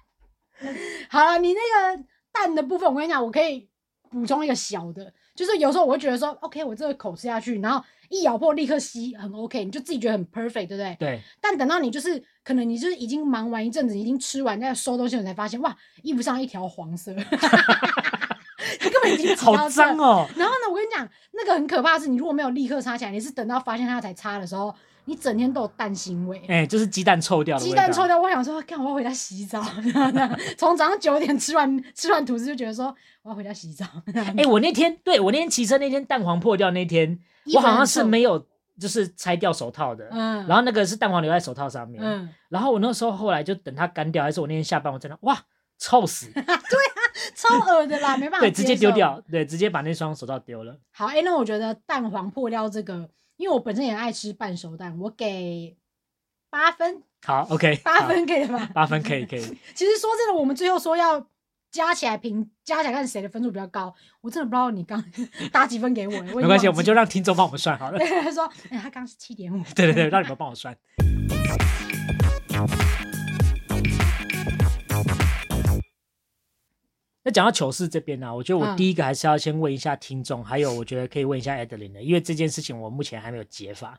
好了，你那个蛋的部分，我跟你讲，我可以补充一个小的，就是有时候我会觉得说，OK，我这个口吃下去，然后一咬破立刻吸，很 OK，你就自己觉得很 perfect，对不对？
对，
但等到你就是可能你就是已经忙完一阵子，已经吃完在收东西，你才发现哇，衣服上一条黄色， 你根本已经挤到
好
这
脏哦！
然后呢，我跟你讲，那个很可怕的是，你如果没有立刻擦起来，你是等到发现它才擦的时候，你整天都有蛋腥味。
哎，就是鸡蛋臭掉的味
鸡
道。
蛋臭掉，我想说，干，我要回家洗澡。 从早上九点吃完吃完吐司，就觉得说我要回家洗澡。
哎，我那天对我那天骑车那天蛋黄破掉那天， 我好像是没有就是拆掉手套的，
嗯，
然后那个是蛋黄留在手套上面。
嗯，
然后我那时候后来就等它干掉，还是我那天下班我真的哇臭 死，
超恶的啦，没办法，
对，直接丢。掉，对，直接把那双手套丢了。
好，哎、那我觉得蛋黄破掉这个，因为我本身也爱吃半熟蛋，我给八分，
好，OK，
八
好，
分可以了吧？
八分可以可以。
其实说真的，我们最后说要加起来评，加起来看谁的分数比较高。我真的不知道你刚 打几分给我， 我已经
没关系，我
忘
们
记
就
了
让听众帮我们算好了。
对他说，哎、他刚是七点五。
对对对，让你们帮我算。那讲到糗事这边呢、啊我觉得我
嗯
第一个还是要先问一下听众，还有我觉得可以问一下 Adeline 的，因为这件事情我目前还没有解法。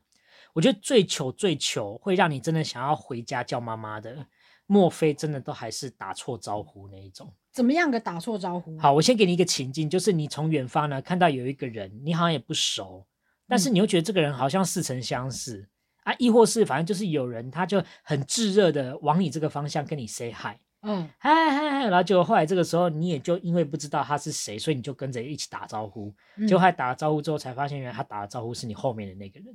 我觉得最糗最糗会让你真的想要回家叫妈妈的，莫非真的都还是打错招呼那一种？
怎么样个打错招呼？
好，我先给你一个情境，就是你从远方呢看到有一个人，你好像也不熟，但是你又觉得这个人好像似曾相识、啊，亦或是反正就是有人他就很炙热的往你这个方向跟你 say hi，
嗯，
嗨嗨嗨，然后结果后来这个时候你也就因为不知道他是谁，所以你就跟着一起打招呼，
嗯
结果他打了招呼之后才发现，原来他打的招呼是你后面的那个人。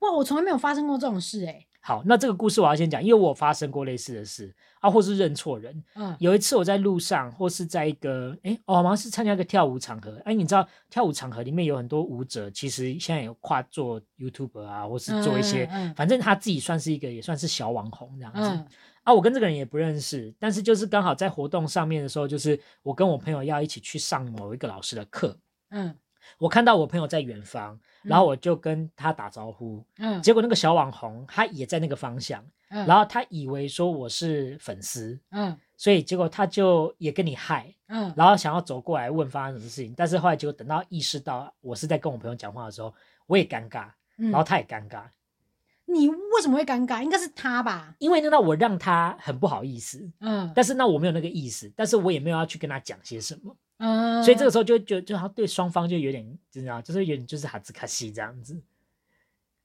哇，我从来没有发生过这种事哎、
好，那这个故事我要先讲，因为我有发生过类似的事啊，或是认错人。
嗯，
有一次我在路上，或是在一个，哎，哦，好像是参加一个跳舞场合。哎，你知道跳舞场合里面有很多舞者，其实现在有跨做 YouTuber 啊，或是做一些，
嗯
反正他自己算是一个，也算是小网红这样子。
嗯
啊，我跟这个人也不认识，但是就是刚好在活动上面的时候，就是我跟我朋友要一起去上某一个老师的课，
嗯
我看到我朋友在远方，然后我就跟他打招呼，
嗯，
结果那个小网红他也在那个方向，
然
然后他以为说我是粉丝，
嗯
所以结果他就也跟你嗨，
嗯，
然后想要走过来问发生什么事情，但是后来结果等到意识到我是在跟我朋友讲话的时候，我也尴尬，然后
嗯，
他也尴尬，
你为什么会尴尬？应该是他吧？
因为那我让他很不好意思，
嗯
但是那我没有那个意思，但是我也没有要去跟他讲些什么，
嗯，
所以这个时候就就就他对双方就有点，知道，就是有点就是哈兹卡西这样子。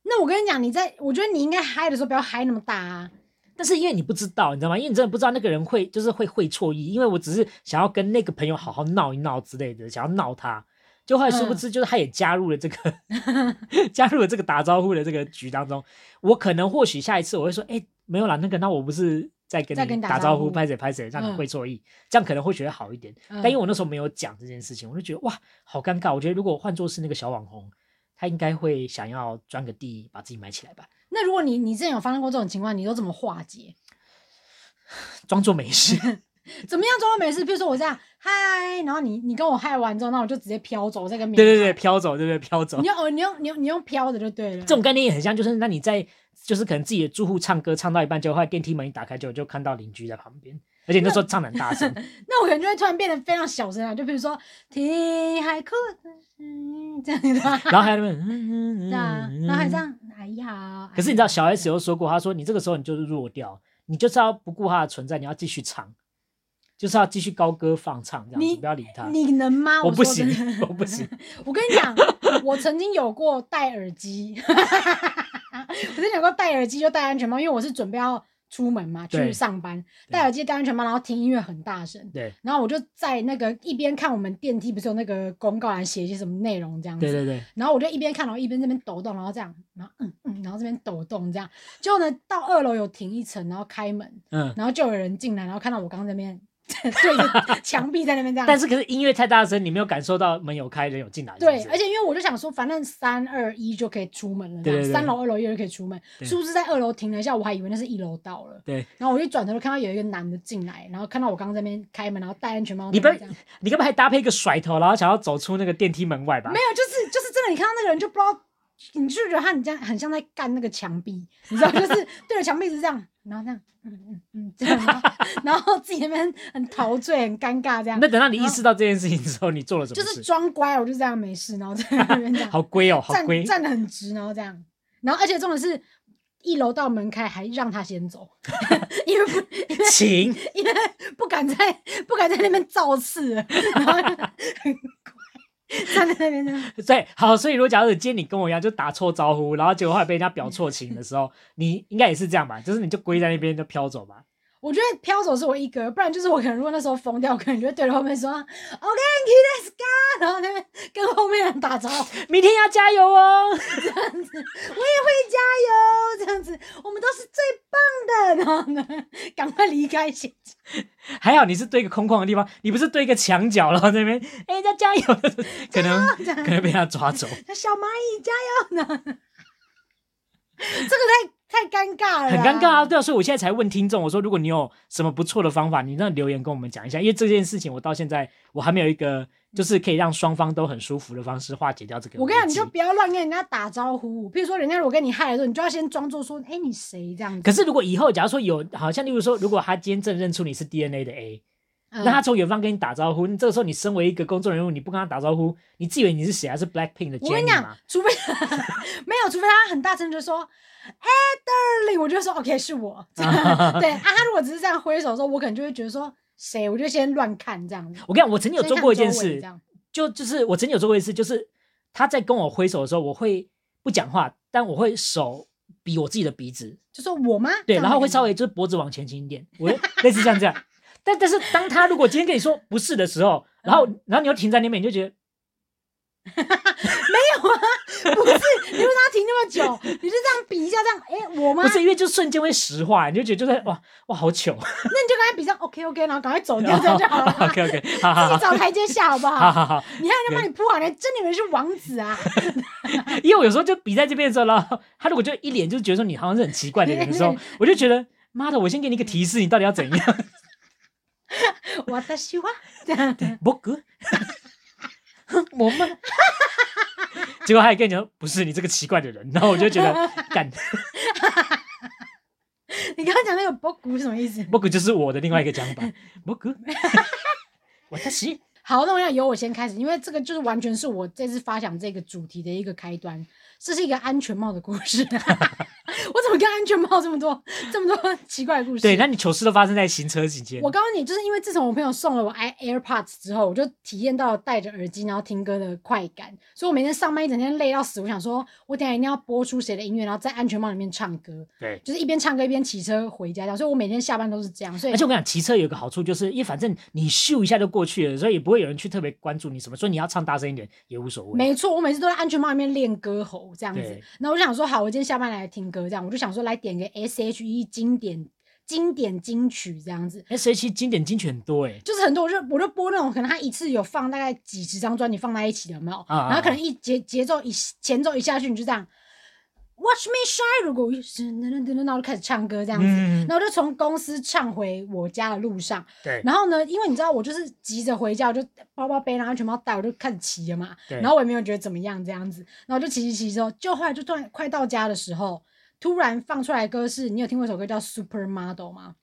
那我跟你讲，你在我觉得你应该嗨的时候不要嗨那么大啊。
但是因为你不知道，你知道吗？因为你真的不知道那个人会就是会会错意，因为我只是想要跟那个朋友好好闹一闹之类的，想要闹他。就后来殊不
嗯
知，就是他也加入了这 个、 加入了这个打招呼的这个局当中。我可能或许下一次我会说，哎、没有啦，那个那我不是在跟
在跟
你
你打
打
招
招呼，
呼
拍谁拍谁，让你
嗯
会错意，这样可能会觉得好一点。
嗯
但因为我那时候没有讲这件事情，我就觉得哇，好尴尬。我觉得如果换做是那个小网红，他应该会想要钻个地把自己埋起来吧，
那如果你你之前有发生过这种情况，你都怎么化解？
装作没事。
怎么样装作没事？比如说我这样嗨，然后你你跟我嗨完之后，那我就直接飘走这个名。
对对对，，飘走，对不对？飘走
你，用哦，你用你用你用飘的就对了。
这种概念也很像，就是那你在就是可能自己的住户唱歌唱到一半，结果后来电梯门一打开，就就看到邻居在旁边，而且那时候唱得很大声，
那我可能就会突然变得非常小声啊，就比如说听海哭，嗯，这样子 吧。
然后还有那边，
对
嗯
啊，然后还这。样，哎呀。
可是你知道，小
哎呀
S 又说过，他说你这个时候你就是弱掉，你就是要不顾他的存在，你要继续唱，就是要继续高歌放唱这样
你
子，不要理他。
你能吗？
我不
说
行
真的，
我不 行。
我跟你讲， 我曾经有过戴耳机， 我曾经有过戴耳机就戴安全帽，因为我是准备要出门嘛，
对
去上班，戴耳机戴安全帽，然后听音乐很大声，
对
然后我就在那个一边看我们电梯不是有那个公告栏写一些什么内容这样子，
对对对，
然后我就一边看，然后一边这边抖动，然后这样，然后嗯嗯，然后这边抖动这样，结果呢到二楼有停一层，然后开门，
嗯。
然后就有人进来，然后看到我刚刚这边 对着墙壁在那边这样，
但是可是音乐太大声，你没有感受到门有开，人有进来。是不
对，
是
而且因为我就想说，反正三二一就可以出门了，
对
这
对
样
对
三楼、二楼、一楼就可以出门。
对
是不是在二楼停了一下？我还以为那是一楼到了，
对，
然后我就转头看到有一个男的进来，然后看到我刚刚在那边开门，然后戴安全帽，
你不要
这样
你干嘛还搭配一个甩头，然后想要走出那个电梯门外吧？
没有，就是就是真的，你看到那个人就不知道，你就觉得他很像很像在干那个墙壁，你知道，就是对着墙壁是这样，然后这样，嗯嗯嗯，这样，然后然后自己那边很陶醉，很尴尬这样嗯
那，等到你意识到这件事情之后，你做了什么
就
事？
是嗯装乖，我就这样没事，然后在那边这样。
好龟哦，好
站
龟，
站得很直，然后这样，然后而且重点是，一楼到门开还让他先走， 因为不因为
请
因为不敢在不敢在那边造次了，然后就很乖，站在那边这样
对，好。所以如果假如今天你跟我一样，就打错招呼，然后结果后来被人家表错情的时候，你应该也是这样吧？就是你就龟在那边就飘走吧。
我觉得飘走是我一哥，不然就是我可能如果那时候疯掉，我可能就会对着后面说 OK k i s a 然后那边跟后面的人打招呼，
明天要加油哦！
我也会加油，这样子，我们都是最棒的，然后呢，赶快离开现场。
还好你是对一个空旷的地方，你不是对一个墙角，然后在那边哎要加油， 可能
这样
可能被他抓走，
小蚂蚁加油呢！ 这个太太尴尬了，
很尴尬啊。。对啊，所以我现在才问听众，我说如果你有什么不错的方法，你让留言跟我们讲一下，因为这件事情我到现在我还没有一个就是可以让双方都很舒服的方式化解掉这个危机。
我跟你讲，你就不要乱跟人家打招呼。譬如说，人家如果跟你嗨的时候，你就要先装作说：“哎、你谁？”这样子。
可是如果以后假如说有，好像例如说，如果他今天正认出你是 DNA 的 A，、
嗯
那他从远方跟你打招呼，你这个时候你身为一个公众人物，你不跟他打招呼，你自以为你是谁啊？是 Blackpink 的
我跟
Jennie
你讲
吗？，
除非 没有，除非他很大声就说哎 darling”，我就说 “OK，是我”这 样。对啊，他如果只是这样挥手的时候，我可能就会觉得说谁，我就先乱看这样子。
我跟你讲，我曾经有
先
做
看
过一件
周围
事
这，样
就就是我曾经有做过一次，就是他在跟我挥手的时候，我会不讲话，但我会手比我自己的鼻子，
就说我吗？
对，然后会稍
微
微就是脖子往前倾一点，我会类似像这样。但但是当他如果今天跟你说不是的时候，然后
嗯
然后你又停在那边，你就觉得
你为啥停那么久？你就这样比一下，这样哎、我吗？
不是，因为就瞬间会石化，你就觉得
嗯
就是哇哇好 糗。。
那你就赶快比上 OK OK，然后赶快走掉，这样就好了
OK OK，好好
自己
好。
找台阶下好不
好
好？
好好，
你还有人帮你铺好呢，真以为是王子 啊！
因为我有时候就比在这边的时候，然后他如果就一脸就是觉得说你好像是很奇怪的人的 时候，我就觉得妈的，我先给你一个提示，你到底要怎样？
我的喜欢这样，
不哥，我们， 结果他还跟你讲不是你这个奇怪的人，然后我就 觉得干
你刚刚讲那个波谷是什么意思？
不哥就是我的另外一个讲 法，不哥， 我的是
好，那我要由我先开始，因为这个就是完全是我这次发想这个主题的一个开端。这是一个安全帽的故事， 我怎么跟安全帽这么多这么多奇怪的故事？
对，那你糗事都发生在行车期间
我，告诉你，就是因为自从我朋友送了我 i AirPods 之后，我就体验到了戴着耳机然后听歌的快感，所以我每天上班一整天累到死，我想说，我等一下一定要播出谁的音乐，然后在安全帽里面唱歌，
对。
就是一边唱歌一边骑车回家这样，所以我每天下班都是这样，所以
而且我跟你讲，骑车有一个好处，就是因为反正你咻一下就过去了，所以也不会有人去特别关注你什么，所以你要唱大声一点也无所谓。
没错，我每次都在安全帽里面练歌喉这样子
对。
那我就想说，好，我今天下班来听歌这样，我就想说来点个 S.H.E 经典经典金曲这样子。
S H 经典金曲很多哎、
就是很多我就我就播那种，可能他一次有放大概几十张专辑放在一起的，有没有？
啊啊
然后可能一节节奏一前奏一下去，你就这样，Watch me shine，如果我噔噔噔噔，然后就开始唱歌这样子，
嗯
然后就从公司唱回我家的路上，
对
然后呢，因为你知道我就是急着回家，我就包包背，然后全部带，我就开始骑了嘛。
对
然后我也没有觉得怎么样这样子，然后就骑骑骑之后，就后来就突然快到家的时候，突然放出来的歌是，你有听过一首歌叫《Supermodel》吗？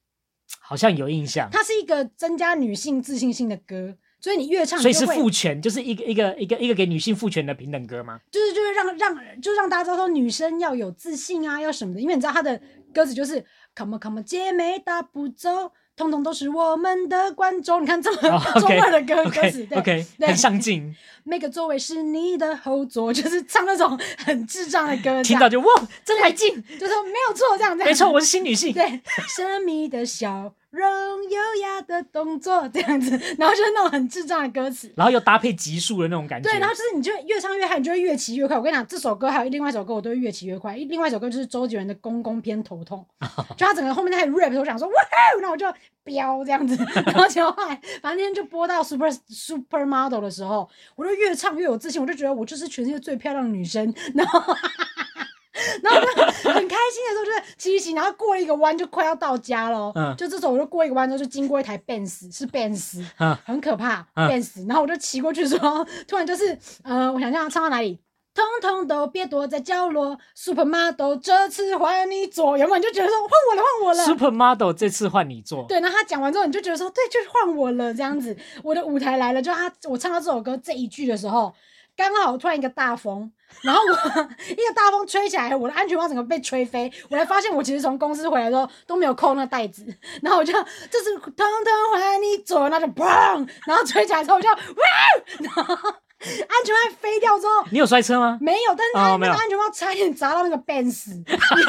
好像有印象。
它是一个增加女性自信心的歌，所以你越唱，
所以
你
是
就会
父权，就是一个一个一个一个给女性父权的平等歌 吗？
就是就是让让就是让大家知道说女生要有自信啊，要什么的，因为你知道她的歌词就是 “come on come on 姐妹大步走”，通通都是我们的观众。你看这么
哦
中
，OK，
二的歌歌词
OK
对
OK，
对
很上进，
每个座位是你的后座，就是唱那种很智障的歌，
听到
这
就哇，真来劲，
样就说没有错，这样这样
没错，我是新女性。
对，神秘的笑容，优雅的动作，这样子，然后就是那种很智障的歌词。
然后又搭配级数的那种感觉。
对，然后就是你就越唱越嗨，你就会越骑越快。我跟你讲，这首歌还有另外一首歌，我都会越骑越快。另外一首歌就是周杰伦的《公公偏头痛》， 就他整个后面那开始 rap，的时候我想说哇哦，然后我就飙这样子，然后结果后来反正今天就播到 super super model 的时候，我就越唱越有自信，我就觉得我就是全世界最漂亮的女生，然后。然后我就很开心的时候，就是骑一骑，然后过了一个弯，就快要到家了。
嗯
就这时候我就过一个弯之后，就经过一台 Benz，是 Benz，
嗯
很可怕
嗯
，Benz。然后我就骑过去的时候，突然就是，呃，我想想唱到哪里，通通都别躲在角落，Supermodel 这次还你左，原本就觉得说换我了，换我了。
Supermodel 这次换你做，
对，然后他讲完之后，你就觉得说，对，就是换我了这样子，我的舞台来了。就他，我唱到这首歌这一句的时候，刚好突然一个大风，然后我一个大风吹起来，我的安全帽整个被吹飞。我才发现，我其实从公司回来的时候都没有扣那袋子， 然后我就就是腾腾还你左，然后就砰，然后吹起来之后我就哇， 然后安全帽飞掉之后，
你有摔车吗？
没有，但是他
哦没
那
有
个安全帽差点砸到那个 Benz，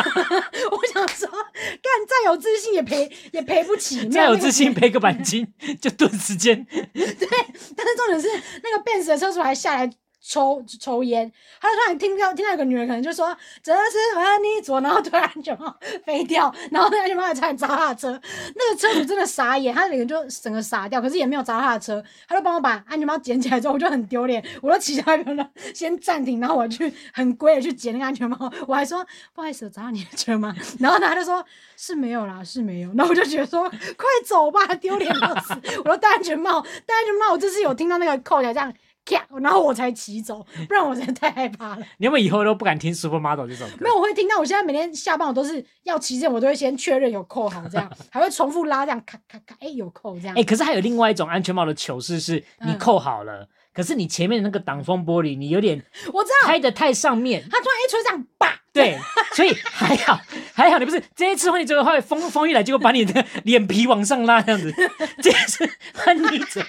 我想说，干再有自信也赔也赔不起，没
这样有
那个
自信赔个钣金， 就顿时间
但是重点是，那个 Benz 的车主还下来抽抽烟，他就突然听到听到有个女人可能就说：“这是和你左。”然后突然安全帽飞掉，然后那个安全帽还差点砸他的车。那个车主真的傻眼，他脸就整个傻掉，可是也没有砸他的车，他就帮我把安全帽捡起来之后，我就很丢脸，我就骑下来边了，先暂停，然后我去很乖的去捡那个安全帽，我还说不好意思，我砸到你的车吗？ 然后他就说是没有啦，是没有。然后我就觉得说快走吧，丢脸到死！我都戴安全帽，戴安全帽，我这次有听到那个扣起来这样。咔，然后我才骑走，不然我实在太害怕 了。
你有没有以后都不敢听 Supermodel 这首歌？
没有，我会听到。我现在每天下班，我都是要骑这，我都会先确认有扣好，这样还会重复拉，这样咔咔咔，哎、有扣这样。
哎、可是还有另外一种安全帽的糗事是，你
嗯
扣好了，可是你前面的那个挡风玻璃，你有点
我知道，
开的太上面，
他突然一吹这样，叭，
对，所以还好 还好，你不是这一次换你折的话，风风一来，结果把你的 脸皮往上拉这样子， 这次换你折，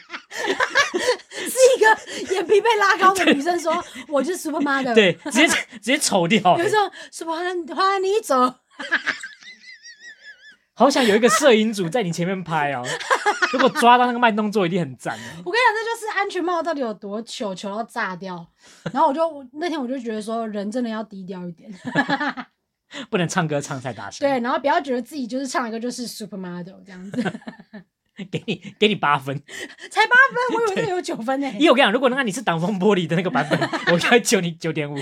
是一个眼皮被拉高的女生 说：“我就是 supermodel。”
对，直接直接丑掉了
有。时候什么花你走，
好想有一个摄影组在你前面拍哦，如果抓到那个慢动作，一定很赞哦。
我跟你讲，这就是安全帽到底有多糗，糗到炸掉。然后我就我那天我就觉得说，人真的要低调一点，
不能唱歌唱太大声，
对，然后不要觉得自己就是唱一个就是 supermodel 这样子，
给你给你八分。
才八分，我以为这有九 分呢、
因为我跟你讲，如果那你是挡风玻璃的那个 版本，我应该九你九点五。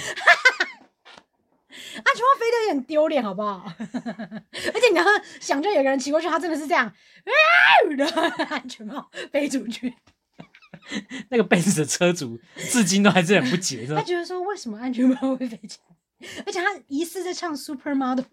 安全帽飞的有点丢脸，好不好？ 而且你要想，就有个人骑过去，他真的是这样， 然后安全帽飞出去，
那个 Benz 的车主至今都还是很不解，
他
说
觉得说为什么安全帽会飞起来？而且他疑似在唱 supermodel，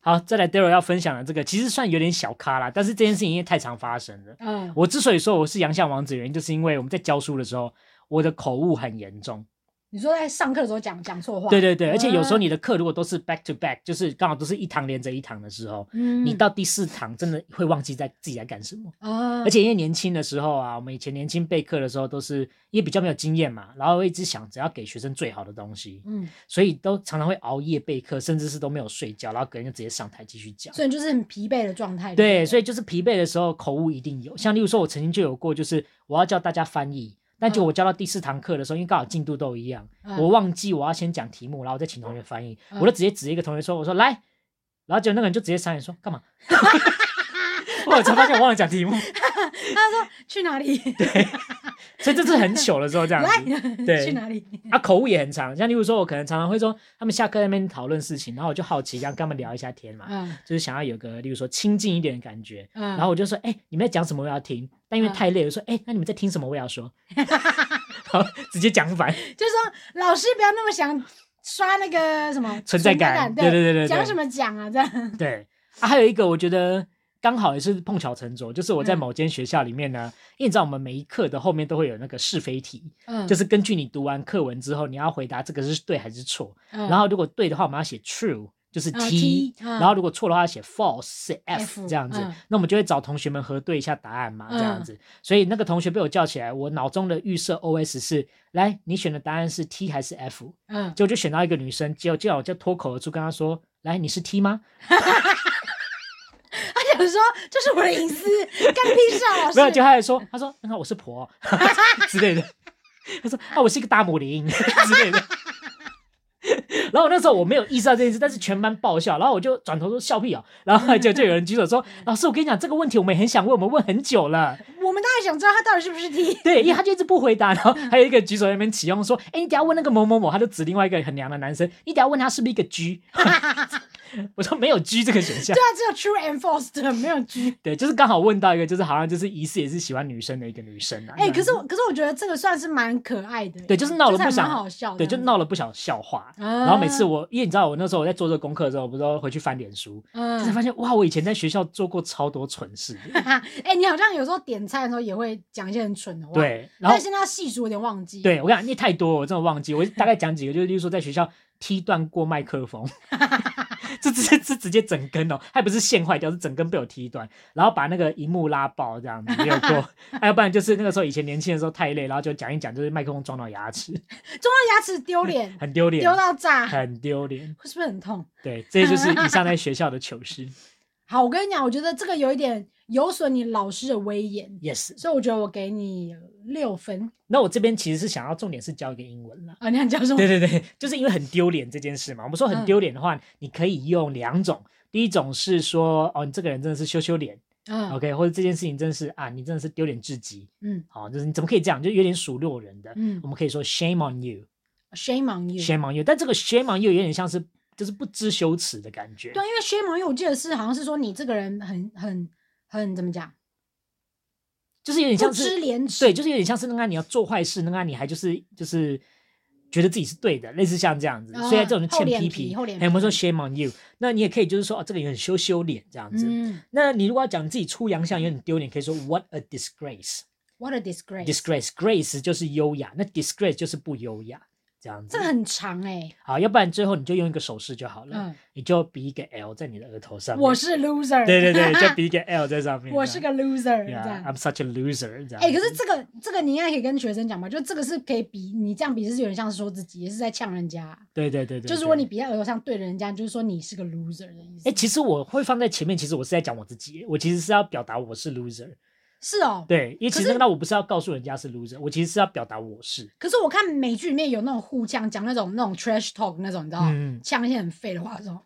好，再来 Daryl 要分享的这个，其实算有点小咖啦，但是这件事情因为太常发生了。
嗯，
我之所以说我是洋相王子的原因，就是因为我们在教书的时候，我的口误很严重。
你说在上课的时候讲讲错话，
对对对，而且有时候
嗯
你的课如果都是 back to back，就是刚好都是一堂连着一堂的时候，
嗯，
你到第四堂真的会忘记在自己在干什么。
啊，
而且因为年轻的时候啊，我们以前年轻备课的时候都是因为比较没有经验嘛，然后会一直想着要给学生最好的东西，
嗯，
所以都常常会熬夜备课，甚至是都没有睡觉，然后隔天就直接上台继续讲。
所以就是很疲惫的状态。
对，所
以
以就是疲惫的时候口误一定有。像例如说，我曾经就有过，就是我要叫大家翻译，但就我教到第四堂课的时候，因为刚好进度都一样，
嗯
我忘记我要先讲题目，然后我再请同学翻译，
嗯
我就直接指一个同学说：“我说来。”然后结果那个人就直接傻眼说：“干嘛？” 我才发现我忘了讲题目，
他说去哪里？
所以这次很糗的时候这样
来
子。对
去哪里？
啊，口误也很长，像例如说，我可能常常会说，他们下课在那边讨论事情，然后我就好奇，这样跟他们聊一下天嘛，
嗯
就是想要有个，例如说亲近一点的感觉。
嗯，
然后我就说，哎、你们在讲什么？我要听。但因为
嗯
太累，我说，哎、那你们在听什么？我也要说。 好，直接讲反。
就说老师不要那么想刷那个什么
存在感
感，
对对对对对
讲什么讲啊？这样，
对啊，还有一个我觉得刚好也是碰巧成拙，就是我在
嗯
某间学校里面呢，因为你知道我们每一课的后面都会有那个是非题，
嗯，
就是是根据你读完课文之后，你要回答这个是对还是错。然
然
后如果对的话，我们要写 true，就是
嗯啊
T，、
T，嗯
然后如果错的话要写 false，写 F,
F，
这样子。
嗯
那我们就会找同学们核对一下答案嘛，这样子。所以那个同学被我叫起来，我脑中的预设 OS 是：来，你选的答案是 T 还是 F？
嗯，
结果就选到一个女生，结果结果我就脱口而出跟她说：“来，你是 T 吗
他想说这是我的隐私，干屁事啊？老？”师
没有，就她还说：“她说，那、我是婆 之类的。” 她说：“啊，我是一个大母零 之类的。”然后我那时候我没有意识到这件事，但是全班爆笑，然后我就转头说笑屁哦， 然后就就有人举手 说：“老师，我跟你讲这个问题，我们也很想问，我们问很久了。
我们当然想知道他到底是不是 T，”
对，因为他就一直不回答，然后
嗯
还有一个举手在那边起哄说：“哎，你等一下问那个某某某，他就指另外一个很娘的男生，你等一下问他是不是一个 G。” 我说没有 G 这个选项
对，啊，只有 true and false 的没有 G。
对，就是刚好问到一个，就是好像就是疑似也是喜欢女生的一个女生啊。
哎，可
这
是
样
我可是我觉得这个算是蛮可爱的，
对，就是闹了不
还蛮
少
好笑，
对，就
这样子
闹了不少笑话。
啊
然后每次我，因为你知道我那时候我在做这个功课的时候，我不是都回去翻脸书，才
嗯，
发现哇，我以前在学校做过超多蠢事的。
哎，你好像有时候点菜的时候也会讲一些很蠢的话，
对，然后
但现在要细数有点忘记。，
对我跟你讲，那太多了，我真的忘记。我大概讲几个，就是例如说在学校踢断过麦克 风，这直接这直接整根哦，还不是线坏掉，是整根被我踢断，然后把那个荧幕拉爆这样子，没有过。还有不然就是那个时候以前年轻的时候太累，然后就讲一讲，就是麦克风撞到牙齿，
中到牙齿丢脸，
很丢脸，
丢到炸，
很丢脸。
是不是很痛？
对，这就是以上在学校的糗事。
好，我跟你讲，我觉得这个有一点有损你老师的威严，
yes，
所以我觉得我给你六分
那我这边其实是想要重点是教一个英文啦。
啊。你想教什么
对？对对，就是因为很丢脸这件事嘛。我们说
嗯
很丢脸的话，你可以用两种，第一种是说哦，你这个人真的是羞羞脸、
嗯
o k 或者这件事情真的是啊，你真的是丢脸至极，
嗯
哦，就是你怎么可以这样，就有点数落人的。
嗯
我们可以说 shame on you，shame
，shame on you。
on you，但这个 shame on you 有点像是就是不知羞耻的感觉。
对啊，因为 shame on you，我记得是好像是说你这个人很很很怎么讲，
就是有点
不
像是
知廉耻。
对，就是有点像是那个你要做坏事，那个你还就是就是觉得自己是对的，类似像这样子。所以这种就
哦厚
欠
脸
批
皮
评，
厚脸
哎我们说
皮
shame on you，那你也可以就是说哦，这个人很羞羞脸这样子。
嗯
那你如果要讲自己出洋相有点丢脸，可以说 what a disgrace，
What a disgrace！
disgrace grace 就是优雅，那 disgrace 就是不优雅，这样子
这。个很长哎、
好，要不然最后你就用一个手势就好了，
嗯
你就比一个 L 在你的额头上面。
我是 loser，
嗯对对 对，就比一个 L 在上面。
我是个 loser，
这
这
样
样
Yeah,。，I'm such a loser 这样。
哎、可是这个这个你应该可以跟学生讲吧？就这个是可以比，你这样比是有点像是说自己，也是在呛人家。
对对对对，
就如
对
果你比在额头上对着人家，就是说你是个 loser 的意思。
哎、其实我会放在前面，其实我是在讲我自己，我其实是要表达我是 loser。
是哦，
对，因为
可
其实
是
那个那我不是要告诉人家是 loser，我其实是要表达我是。
可是我看美剧里面有那种互呛，讲那种那种 trash talk 那种，你知道吗
嗯，
呛一些很废的话说，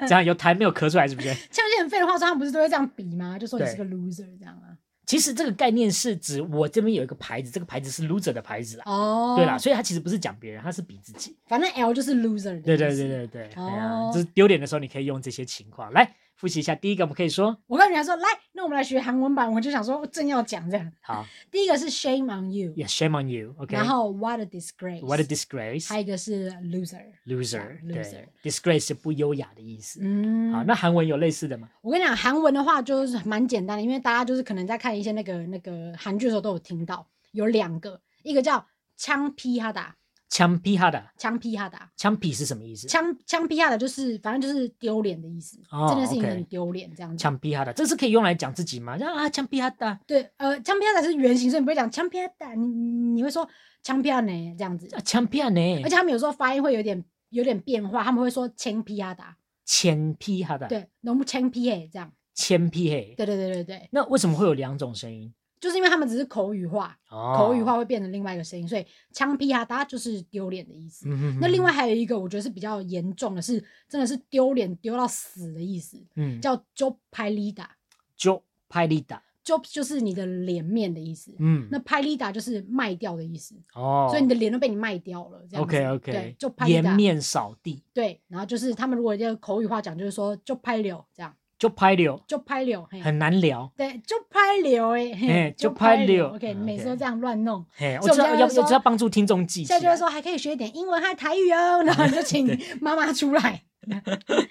这样有痰没有咳出来是不是？
呛一些很废的话说，他们不是都会这样比吗？就说你
对
是个 loser 这样啊。
其实这个概念是指我这边有一个牌子，这个牌子是 loser 的牌子啦。
哦，
对啦，，所以他其实不是讲别人，他是比自己。
反正 L 就是 loser 的意思。
对对对对对，哎呀
哦，
就是丢脸的时候你可以用这些情况来复习一下。第一个我们可以说
我跟人家说，来，那我们来学韩文版，我就想说我正要讲这样。
好
第一个是 shame on you，、
，Yeah, shame on you. OK，
然后 what a disgrace。
What a disgrace,
还有一个是 loser。
loser. 对
loser
，disgrace 是不优雅的意思。
嗯，
好，那韩文有类似的吗？
我跟你讲，韩文的话就是蛮简单的，因为大家就是可能在看一些那个那个韩剧的时候都有听到，有两个，一个叫枪批哈达，
枪批哈的，
枪批哈达，
枪批是什么意思？
枪枪批哈达就是反正就是丢脸的意思，
哦
这件事情
OK
很丢脸这样子。
枪批哈的，这是可以用来讲自己吗？啊，枪批哈的，
对，呃，枪批哈达是原型，所以你不会讲枪批哈达，你你你会说枪批哈呢这样子，
啊枪批哈呢？
而且他们有时候发音会有点有点变化，他们会说枪批哈达，
千批哈的，，
对，农不枪批嘿这样，
千批嘿。
对对对对对，
那为什么会有两种声音？
就是因为他们只是口语化，
哦，
口语化会变成另外一个声音，所以枪批哈达就是丢脸的意思。
嗯哼哼。
那另外还有一个，我觉得是比较严重的是，真的是丢脸丢到死的意思，
嗯，
叫 job palida。
就拍立打，
job 就是你的脸面的意思，
嗯，
那 palida 就是卖掉的意思，
哦，
所以你的脸都被你卖掉了，这样子。
OK
对
OK，，
就拍
颜面扫地，
对，然后就是他们如果要口语化讲，就是说就拍流这样，
就拍流，
就拍流，嘿，
很难聊。
对，就拍流哎、
嘿
嘿，
就拍流
OK，
嗯
你每次都
OK
这样乱弄。
嘿，我
所以
知道
我们现在
要
就说
我知道帮助听众记起
现在
来，
就会说还可以学一点英文和台语哦，然后你就请妈妈出来。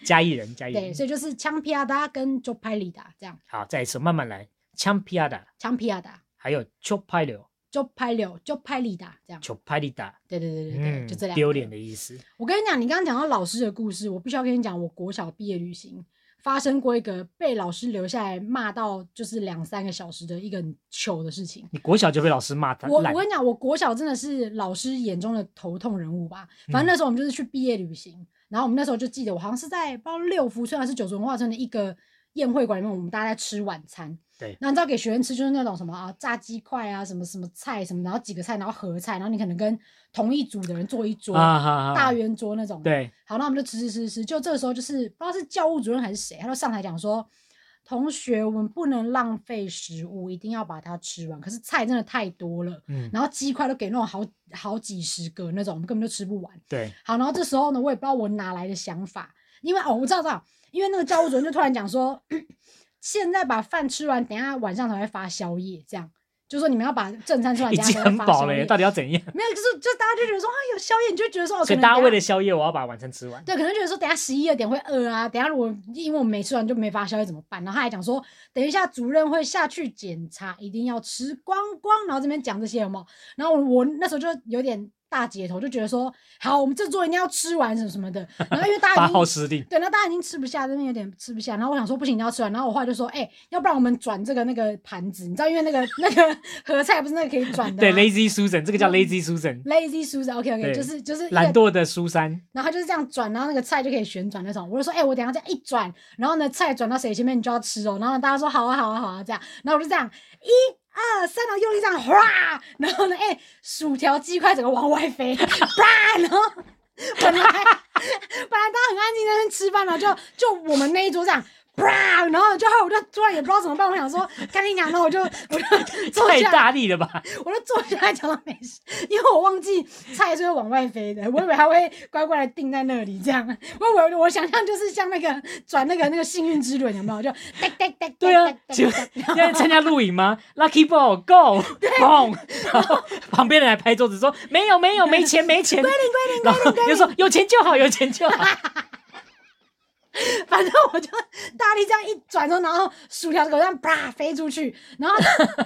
加一人加一
对，
人。
所以就是枪皮亚达跟就拍里达这样，
好，再一次慢慢来，枪皮亚打，
枪皮亚达、
还有就拍流，
就拍柳、就拍里达这样。
就拍立打，
对对对对对，
嗯
就这，两。
丢脸。的意思。
我跟你讲，你刚刚讲到老师的故事，我必须要跟你讲，我国小毕业旅
嗯
行发生过一个被老师留下来骂到就是两三个小时的一个很糗的事情。
你国小就被老师骂他
我
烂
我，跟你讲，我国小真的是老师眼中的头痛人物吧。反
嗯
正那时候我们就是去毕业旅行，然后我们那时候就记得，我好像是在不知道六福村还是九族文化村的一个宴会馆里面，我们大家在吃晚餐。
对
那你知道给学生吃就是那种什么啊炸鸡块啊，什么什么菜什么，然后几个菜，然后合菜，然后你可能跟同一组的人坐一桌，
啊哈哈，
大圆桌那种。
对，
好，那我们就吃吃吃吃，就这个时候就是不知道是教务主任还是谁，他就上台讲说，同学，我们不能浪费食物，一定要把它吃完。可是菜真的太多了，
嗯，
然后鸡块都给那种好好几十个那种，我们根本就吃不完。
对，
好，然后这时候呢，我也不知道我哪来的想法，因为哦，我知道知道，因为那个教务主任就突然讲说， 现在把饭吃完，等一下晚上才会发宵夜，这样就说你们要把正餐吃 完，
已
等一
经
下才
很
会发
饱
宵
了耶，
夜。
到底要怎样？
没有，就是就大家就觉得说啊有宵夜，你就觉得说哦，
所
可
以
能
大家
等一
为
下
了宵夜，我要把晚餐吃完。
对，可能觉得说等一下十一二点会饿啊，等一下如果因为我们没吃完就没发宵夜怎么办？然后他还讲说，等一下主任会下去检查，一定要吃光光。然后这边讲这些有没有？然后我我那时候就有点大姐头，就觉得说好，我们这桌一定要吃完什么什么的。然后因为大家
发
已
号
经
施令，
对，那大家已经吃不下，这边有点吃不下。然后我想说不行，一定要吃完。然后我后来就说，哎、要不然我们转这个那个盘子，你知道，因为那个那个 合菜不是那个可以转的
对
吗
，lazy Susan，这个叫 lazy Susan，
lazy Susan，OK OK，,
对
就是就是一个
懒惰的苏珊。
然后他就是这样转，然后那个菜就可以旋转那种。我就说，哎、我等一下这样一转，然后呢菜转到谁前面你就要吃哦。然后大家说好啊好啊好啊这样，然后我就这样一二三，然后用力这样哗，然后呢，哎、薯条鸡块整个往外飞，啪，然后本来本来大家很安静在那边吃饭，然后就就我们那一桌这样。啪！然后就后来我就突然也不知道怎么办，我想说赶紧讲，然后我就我就 坐
太
下来
大力了 吧？
我就坐下来讲到没事，因为我忘记菜是会往外飞的，我以为它会乖乖的定在那里这样。我以为我想象就是像那个转那个那个幸运之轮有没有？就哒哒哒哒
对啊
哒，
请
哒
问
哒
要参加露营吗？Lucky ball go boom，然 后旁边人还拍桌子说没有 没有没钱没钱，归零归零归零，然后就说有钱就好有钱就好，
反正我就大力这样一转头，然后薯条狗这样啪飞出去，然后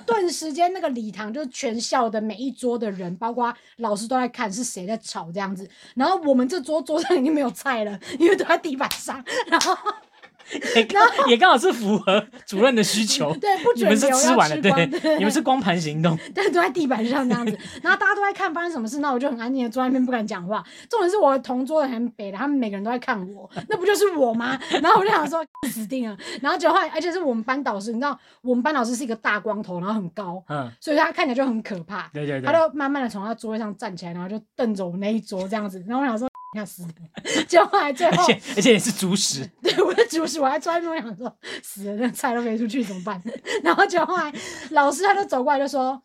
顿时间那个礼堂就全校的每一桌的人，包括老师都在看是谁在吵这样子。然后我们这桌桌上已经没有菜了，因为都在地板上。然后。
也刚也刚好是符合主任的需求
对，不
你
准
们是
留
吃
要
完
吃
了，
光。
对，你们是光盘行动。
但都在地板上这样子，然后大家都在看发生什么事，那我就很安静的坐在那边不敢讲话。重点是我的同桌的很北的，他们每个人都在看我，那不就是我吗？然后我就想说死定了，然后就后来，而且是我们班导师，你知道我们班导师是一个大光头，然后很高，
嗯，
所以他看起来就很可怕。
对对
他
对，
就慢慢的从他座位上站起来，然后就瞪着我们那一桌这样子，然后我想说 要死定了，结果后来最
而
后
且而且也是主 食。
对，我的主食，我还专门想说，死了，那菜都飞出去怎么办？ 然后就后来老师他就走过来就说，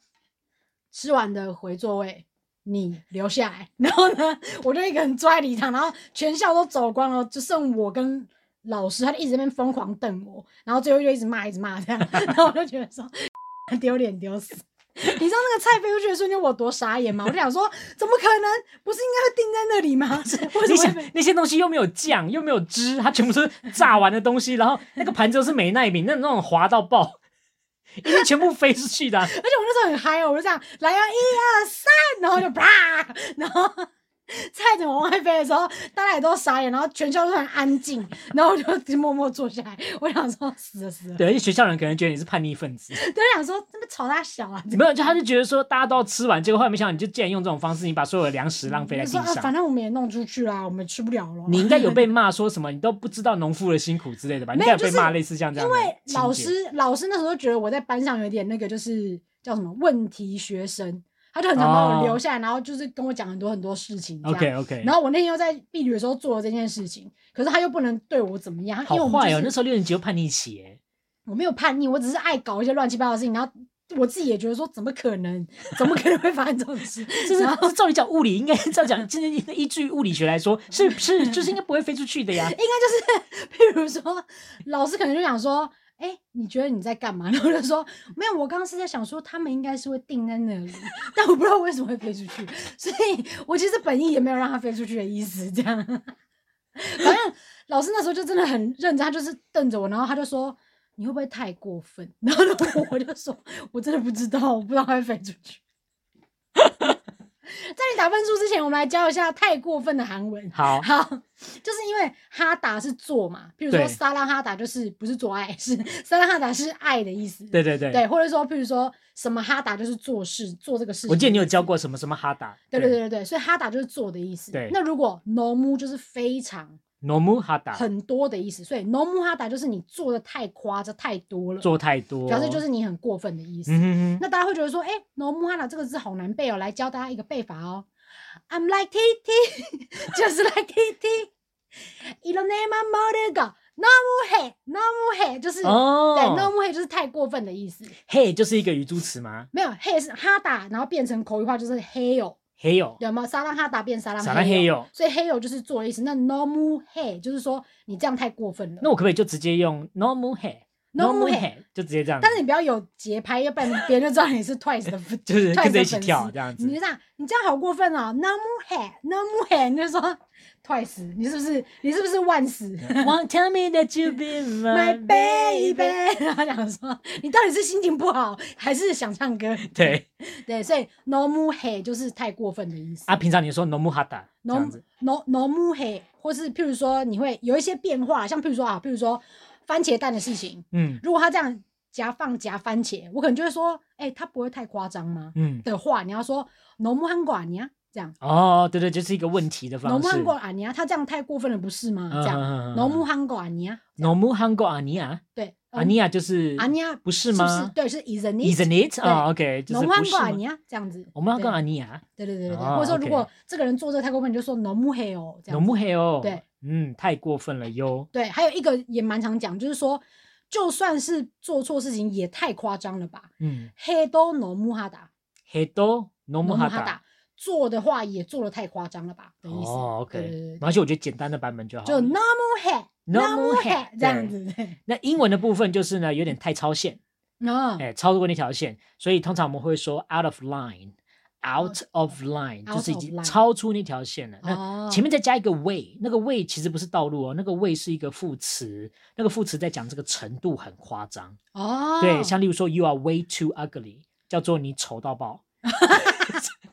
吃完的回座位，你留下来。 然后呢，我就一个人坐在礼堂，然后全校都走光了，就剩我跟老师，他就一直在那边疯狂瞪我，然后最后就一直骂，一直骂这样， 然后我就觉得说 丢脸丢死。你知道那个菜飞出去的瞬间我有多傻眼吗？我就想说，怎么可能？不是应该会定在那里吗？ 为
你
什么会
想
被
那些东西又没有酱，又没有汁，它全部是炸完的东西，然后那个盘子又是美奈饼，那那种滑到爆， 因为全部飞出去 的啊、
而且我那时候很嗨哦，我就这样来啊，一二三，然后就啪，然后菜怎么往外飞的时候，大家也都傻眼，然后全校都很安静，然后我就默默坐下来，我想说死了死了，
对，而且学校人可能觉得你是叛逆分子，
对，想说真的吵他小啊，
没有，就他就觉得说大家都要吃完，结果后来没想到你就竟然用这种方式，你把所有的粮食浪费在
就
地
说啊，
上
反。正我们也弄出去啦，我们吃不了了。
你应该有被骂说什么，你都不知道农夫的辛苦之类的吧？你
没
应
有
该有被
就是
骂类似像这样
因
的情节。
为老师老师那时候觉得我在班上有点那个，就是叫什么问题学生，他就很常把
哦
我留下来，然后就是跟我讲很多很多事情这样。
OK OK，
然后我那天又在避旅的时候做了这件事情，可是他又不能对我怎么样，因为
好
我们
坏
就
哦，那
是
时候六年级就叛逆期耶，
我没有叛逆，我只是爱搞一些乱七八糟的事情，然后我自己也觉得说怎么可能， 怎么可能会发生这种事？
就
然后
是照理讲物理应该 照讲，就是依据物理学来说，是是就是应该不会飞出去的呀。
应该就是，譬如 说老师可能就想说。哎、你觉得你在干嘛？然 后我就说没有，我刚刚是在想说他们应该是会定在那里， 但我不知道为什么会飞出去，所以我其实本意也没有让它飞出去的意思。这样， 反正老师那时候就真的很认真，他就是瞪着我，然后他就说你会不会太过分？ 然后呢我就说我真的不知道，我不知道它会飞出去。 在你打分数之前，我们来教一下太过分的韩文。
好，
好，就是因为哈达是做嘛，譬如说
对
撒拉哈达就是不是做爱， 是撒拉哈达是爱的意思。
对对对，
对，或者说譬如说什么哈达就是做事做这个事情。
我记得你有教。过什么什么哈达，
对对对对对，所以哈达就是做的意思。
对
那如果 no mu 就是非常
，no mu 哈达，
很多的意思，所以 no mu 哈达就是你做的太夸张太多了，
做太多，
表示就是你很过分的意思。
嗯哼哼，
那大家会觉得说，哎、n o m u h a n a 这个字好难背哦，来教大家一个背法哦。I'm like TT, just like TT. Ilonema m o d e g a Nomu he, Nomu he 就是、
哦，
对，Nomu he 就是太过分的意思。
嘿就是一个语助词吗？
没有 he 是哈打，然后变成口语化就是 he 哦，
嘿哟，
有没有？沙浪哈打变沙浪
啥来嘿
哦，
哟？
所以 he 哦就是做的意思。那 Nomu he 就是说你这样太过分了。
那我可不可以就直接用 no mu 嘿
No mu he
嘿，就直接这样子？
但是你不要有节拍，要不然别人就知道你是 Twice 的粉，
就是跟
Twice
着
的
一起
粉丝
跳这样子
你就这样，你这样好过分哦！No more hair, no more hair，你就说 Twice，你是不是你是不是万死
Won't tell me that you be my
My
baby。
baby，然 后讲说你到底是心情不好还是想唱歌？
对
对，所以 no more hair 就是太过分的意思。
啊，平常你说 no mu h a d a 这
no
样子，
no no more hair，或是譬如说你会有一些变化，像譬如说啊，譬如说番茄蛋的事情，
嗯
如果他这样夹放夹番茄，我可能就会说，哎、他不会太夸张吗？
嗯，
的话，你要说农木汉果你啊，这样
哦，对对，就是一个问题的方
农木
式。
汉果啊你啊，他这样太过分了，不是
嗯
吗？嗯这样
样
农木汉果啊你啊，
农木韩国阿尼亚，
对，呃
阿尼亚就是
啊你啊，
不是
是不
吗
是？对，是 isn't
？Isn't
it？
it？
对
啊，OK，就是
农
不
汉
是
果
吗？
啊你啊，这样子。
我们要跟阿
对
尼亚，
对对对对对，
啊
或者说如
OK
果这个人做这个太过分，你就说农木黑哦，这样
农
子。
木黑哦，
对，
嗯，太过分了哟。
对，还有一个也蛮常讲，就是说，就算是做错事情，也太夸张了吧？
嗯，
黑都农木哈达，
黑多农木
农
哈
木哈
达
达，做的话也做的太夸张了吧的意思。
哦
对对
，OK，
对对
而且我觉得简单的版本就好
就
了。
normal head
Normal
normal
head，
head 这样子，对，
那英文的部分就是呢，有点太超线， 哎
嗯，
哎，超过那条线，所以通常我们会说 out of line。 out of line，
嗯 Out
就是已
of
经
line
超出那条线了。那
哦，
前面再加一个 way，那个 way 其实不是道路哦，那个 way 是一个副词，那个副词在讲这个程度很夸张。
哦，
对，像例如说 you are way too ugly，叫做你丑到 爆。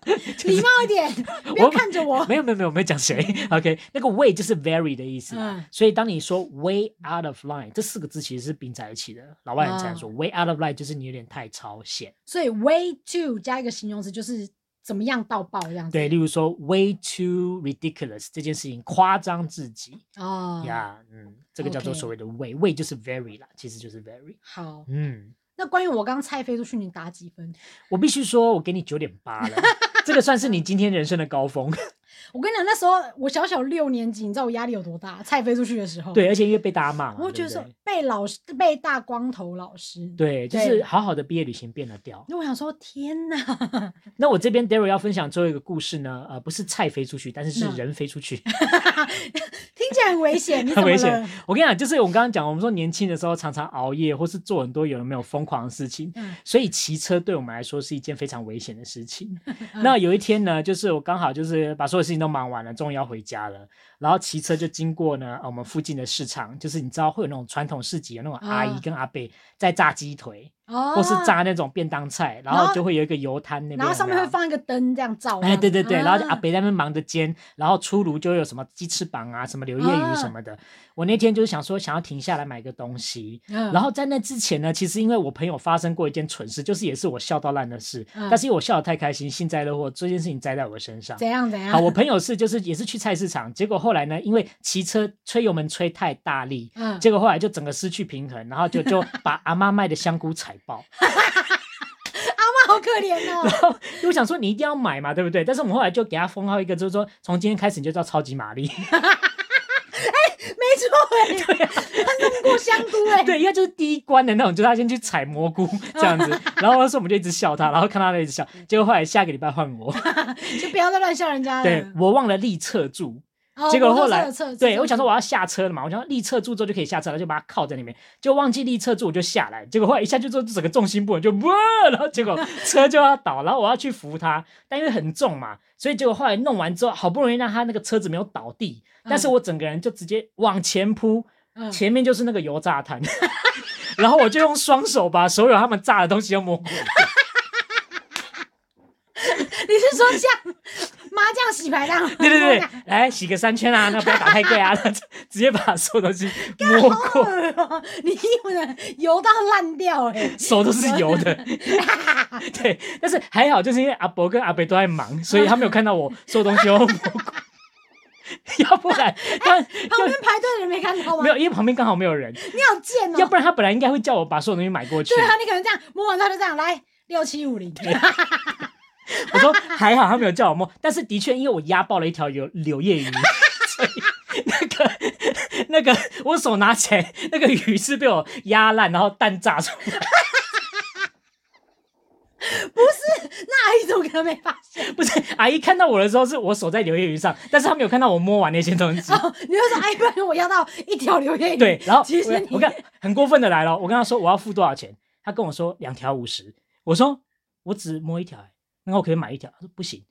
礼貌 一点，不要看着我。
没有没有没有没有讲 谁，OK，那个 way 就是 very 的意思啊、
嗯
所以当你说 way out of line 这四个字其实是并在一起的，老外很
嗯
常说、way out of line 就是你有点太超线。
所以 way too 加一个形容词就是怎么样到爆这样子。
对，例如说 way too ridiculous 这件事情夸张至极
哦，
呀，嗯，这个叫做
OK
所谓的 way，way 就是 very 啦，其实就是 very，
好。
嗯，
那关于我刚猜飞出去，你打几分？
我必须说我给你九点八 了，这个算是你今天人生的高峰。
我跟你讲，那时候我小小六年级，你知道我压力有多大？猜飞出去的时候，
对，，而且因为被大家骂嘛，
我会
对
觉得
不
说
对
被老师被大光头老师，，
对，就
对
是好好的毕业旅行变了调。
那我想说，天哪，
那我这边 Daryl 要分享最后一个故事呢，呃，不是菜飞出去，但是是
嗯
人飞出去，
听起来很 危险，你
很
怎么
危
了？
险。我跟你讲，就是我们刚刚讲，我们说年轻的时候常常熬夜，或是做很多有的没有疯狂的事情，
嗯
所以骑车对我们来说是一件非常危险的事 情。
嗯
那有一天呢，就是我刚好就是把所有事情都忙完了，终于要回家了，然后骑车就经过呢呃我们附近的市场，就是你知道会有那种传统市集，有那种阿姨
啊
跟阿伯在炸鸡腿，
哦，
或是炸那种便当菜，然
然后
后就会有一个油摊那边，
然后上面
有没
会
有
放一个灯这样照这样
哎，
子。
对对对，然后就阿
啊
北在那边忙着煎，然后出炉就有什么鸡翅膀啊，什么柳叶鱼什
啊
么的。我那天就是想说，想要停下来买个东西。
嗯
然后在那之前呢，其实因为我朋友发生过一件蠢事，就是也是我笑到烂的事，
嗯
但是因为我笑得太开心，幸灾乐祸，这件事情栽在我身上。
怎样怎样？
好，我朋友是就是也是去菜市场，结果后来呢，因为骑车吹油门吹太大力，
嗯，
结果后来就整个失去平衡，然后就就把阿妈卖的香菇踩爆。
哇，好可怜哦。
然后因为我想说你一定要买嘛，对不对？但是我们后来就给他封号一个，就是说从今天开始你就叫超级玛丽。
没错哎，他弄过香菇哎，
啊对，因为就是第一关的那种，就是他先去采蘑菇这样子。然后那时候我们就一直笑他，然后看他一直笑，结果后来下个礼拜换我，
就不要再乱笑人家了。
对我忘了立侧柱，
哦，
结果后
我
来
都测了测
对
测
我想说
测
我要下车了嘛，我想立侧柱之后就可以下车了，就把它靠在里面，就忘记立侧柱，我就下来，结果后来一下就就整个重心不稳，就哇，然后 结果车就要倒，然后我要去扶他，但因为很重嘛，所以结果后来弄完之后，好不容易让他那个车子没有倒地，但是
嗯
我整个人就直接往前扑，
嗯
前面就是那个油炸摊， 然后我就用双手把所有他们炸的东西都摸过。
你是说像麻将洗牌档？
对对 对，来洗个三圈啊，那不要打太贵啊， 直接把所有东西摸过，
过，哎你用的油到烂掉 哎。
手都是油的。对，但是还好，就是因为阿伯跟阿伯都在忙，所以他没有看到我所有东西都摸过。 要不然他
旁哎边排队的人没看到吗？
没有，因为旁边刚好没有人，
你好贱哦！
要不然他本来应该会叫我把所有东西买过去
对。啊，你可能这样摸完他就这样来六七五零，
我说还好他没有叫我摸，但是的确因为我压爆了一条柳柳叶鱼，所以那个那个我手拿起来，那个鱼是被我压烂，然后蛋炸出来，
那阿姨怎么可能没发现？
不是阿姨看到我的时候是我手在柳叶鱼上，但是她没有看到我摸完那些东西。
哦，你就说阿姨，不然我要到一条留言。
对，然后
其实
我
你
我 看很过分的来了，我跟她说我要付多少钱，她跟我说两条五十，我说我只摸一条、欸，那我可以买一条，她说不行，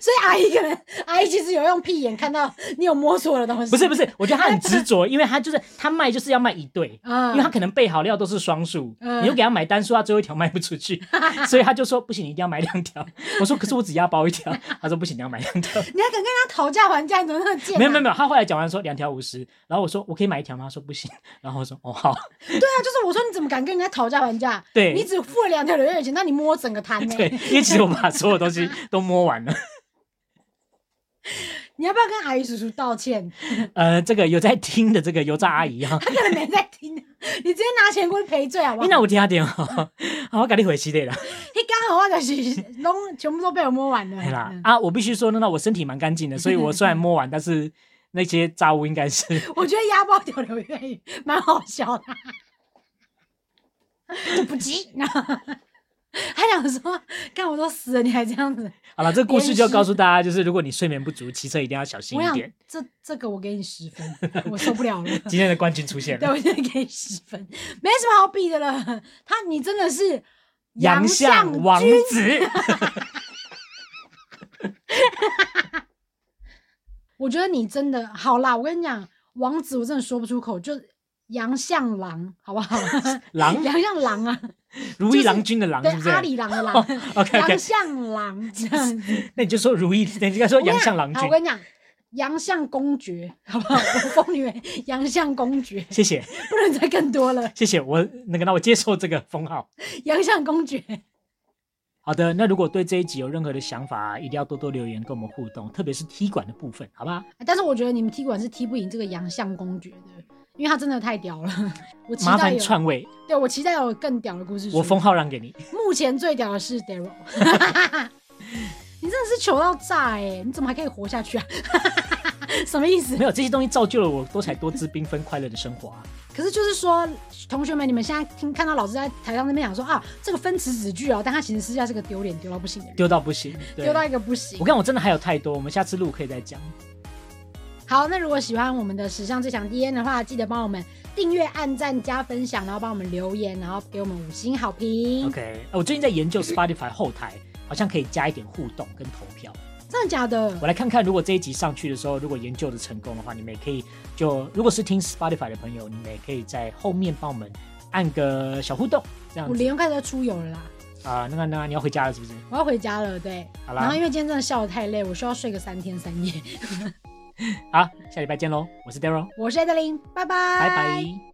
所以阿姨可能阿姨其实有用屁眼看到你有摸错的东西。
不是不是，我觉得她很执着，因为她就是她卖就是要卖一对，
啊，
因为他可能备好料都是双数，
嗯
你又给他买单数，他最后一条卖不出 去，所以他就说不行，你一定要买两条。我说可是我只压包一 条，他说不行，你要买两条。
你还敢跟他讨价还价，你怎么那么贱、啊？
没有没有没有，他后来讲完说两条五十，然后我说我可以买一条吗？他说不行，然后我说哦好，
对啊，就是我说你怎么敢跟人家讨价还价？
对
你只付了两条留言钱，那你摸整个摊呢、
对，因为其实我把所有东西都摸完了。
你要不要跟阿姨叔叔道歉？
呃，这个有在听的这个油炸阿姨啊，
他可能没在听，你直接拿钱过去赔罪好不好？
你那我听下点哦， 好，我赶紧回系列了。
你刚好我就是拢全部都被我摸完了。
对啦
嗯，
啊，我必须说呢，那我身体蛮干净 的，所以我虽然摸完，但是那些杂物应该是
我觉得压爆屌流愿意蛮好笑的，就不急。然后他想说，看我都死了，你还这样子。
好了，这个故事就要
延
告诉大家，就是如果你睡眠不足，骑车一定要小心
我
一
想
点。
这这个我给你十分，我受不了了。
今天的冠军出现
对，
了，
我现在给你十分，没什么好比的了。他，你真的是
洋
相
相王
君
子。
我觉得你真的好啦，我跟你讲，王子我真的说不出口，就杨相郎，好不好？
郎
杨相郎啊，
如意郎君的郎
对
是哦不，是
阿里郎的郎，
？OK
杨
OK，
相郎这 样子。
那你就说如意，你应该说
我跟
杨
你
相
讲
郎
好
君
我。跟你讲，杨相公爵，好不好？我封你为杨相公爵，
谢谢
不能再更多了，
谢谢，我那个那我接受这个封号。
杨相公爵。
好的，那如果对这一集有任何的想法，啊一定要多多留言跟我们互动，特别是踢馆的部分，好吧？
但是我觉得你们踢馆是踢不赢这个杨相公爵的，因为他真的太屌了。我期
麻
待
烦
有，嗯
篡位，
对我期待有更屌的故事书。
我封号让给你。
目前最屌的是 Daryl，你真的是糗到炸哎、你怎么还可以活下去啊？ 什么意思
没？有这些东西造就了我多彩多姿、缤纷快乐的生活啊！
可是就是说，同学们，你们现在听看到老师在台上那边讲说啊，这个分词子句哦，但他其实私下是个丢脸丢到不行的人，
丢到不行，对
丢到一个不行
我。看我真的还有太多，我们下次录可以再讲。
好，那如果喜欢我们的史上最强 D N 的话，记得帮我们订阅、按赞、加分享，然后帮我们留言，然后给我们五星好评。
OK，呃我最近在研究 Spotify 后台，好像可以加一点互动跟投票。
真的假的？
我来看看，如果这一集上去的时候，如果研究的成功的话，你们也可以就如果是听 Spotify 的朋友，你们也可以在后面帮我们按个小互动，这样
我
子
连开始要出游了啦，
啊、那个那个你要回家了是不是？
我要回家了。对，
好
然
啦
后因，为今天真的笑得太累，我需要睡个三天三夜。
好，下礼拜见喽！我是 Daryl，
我是艾德琳，拜拜，
拜拜。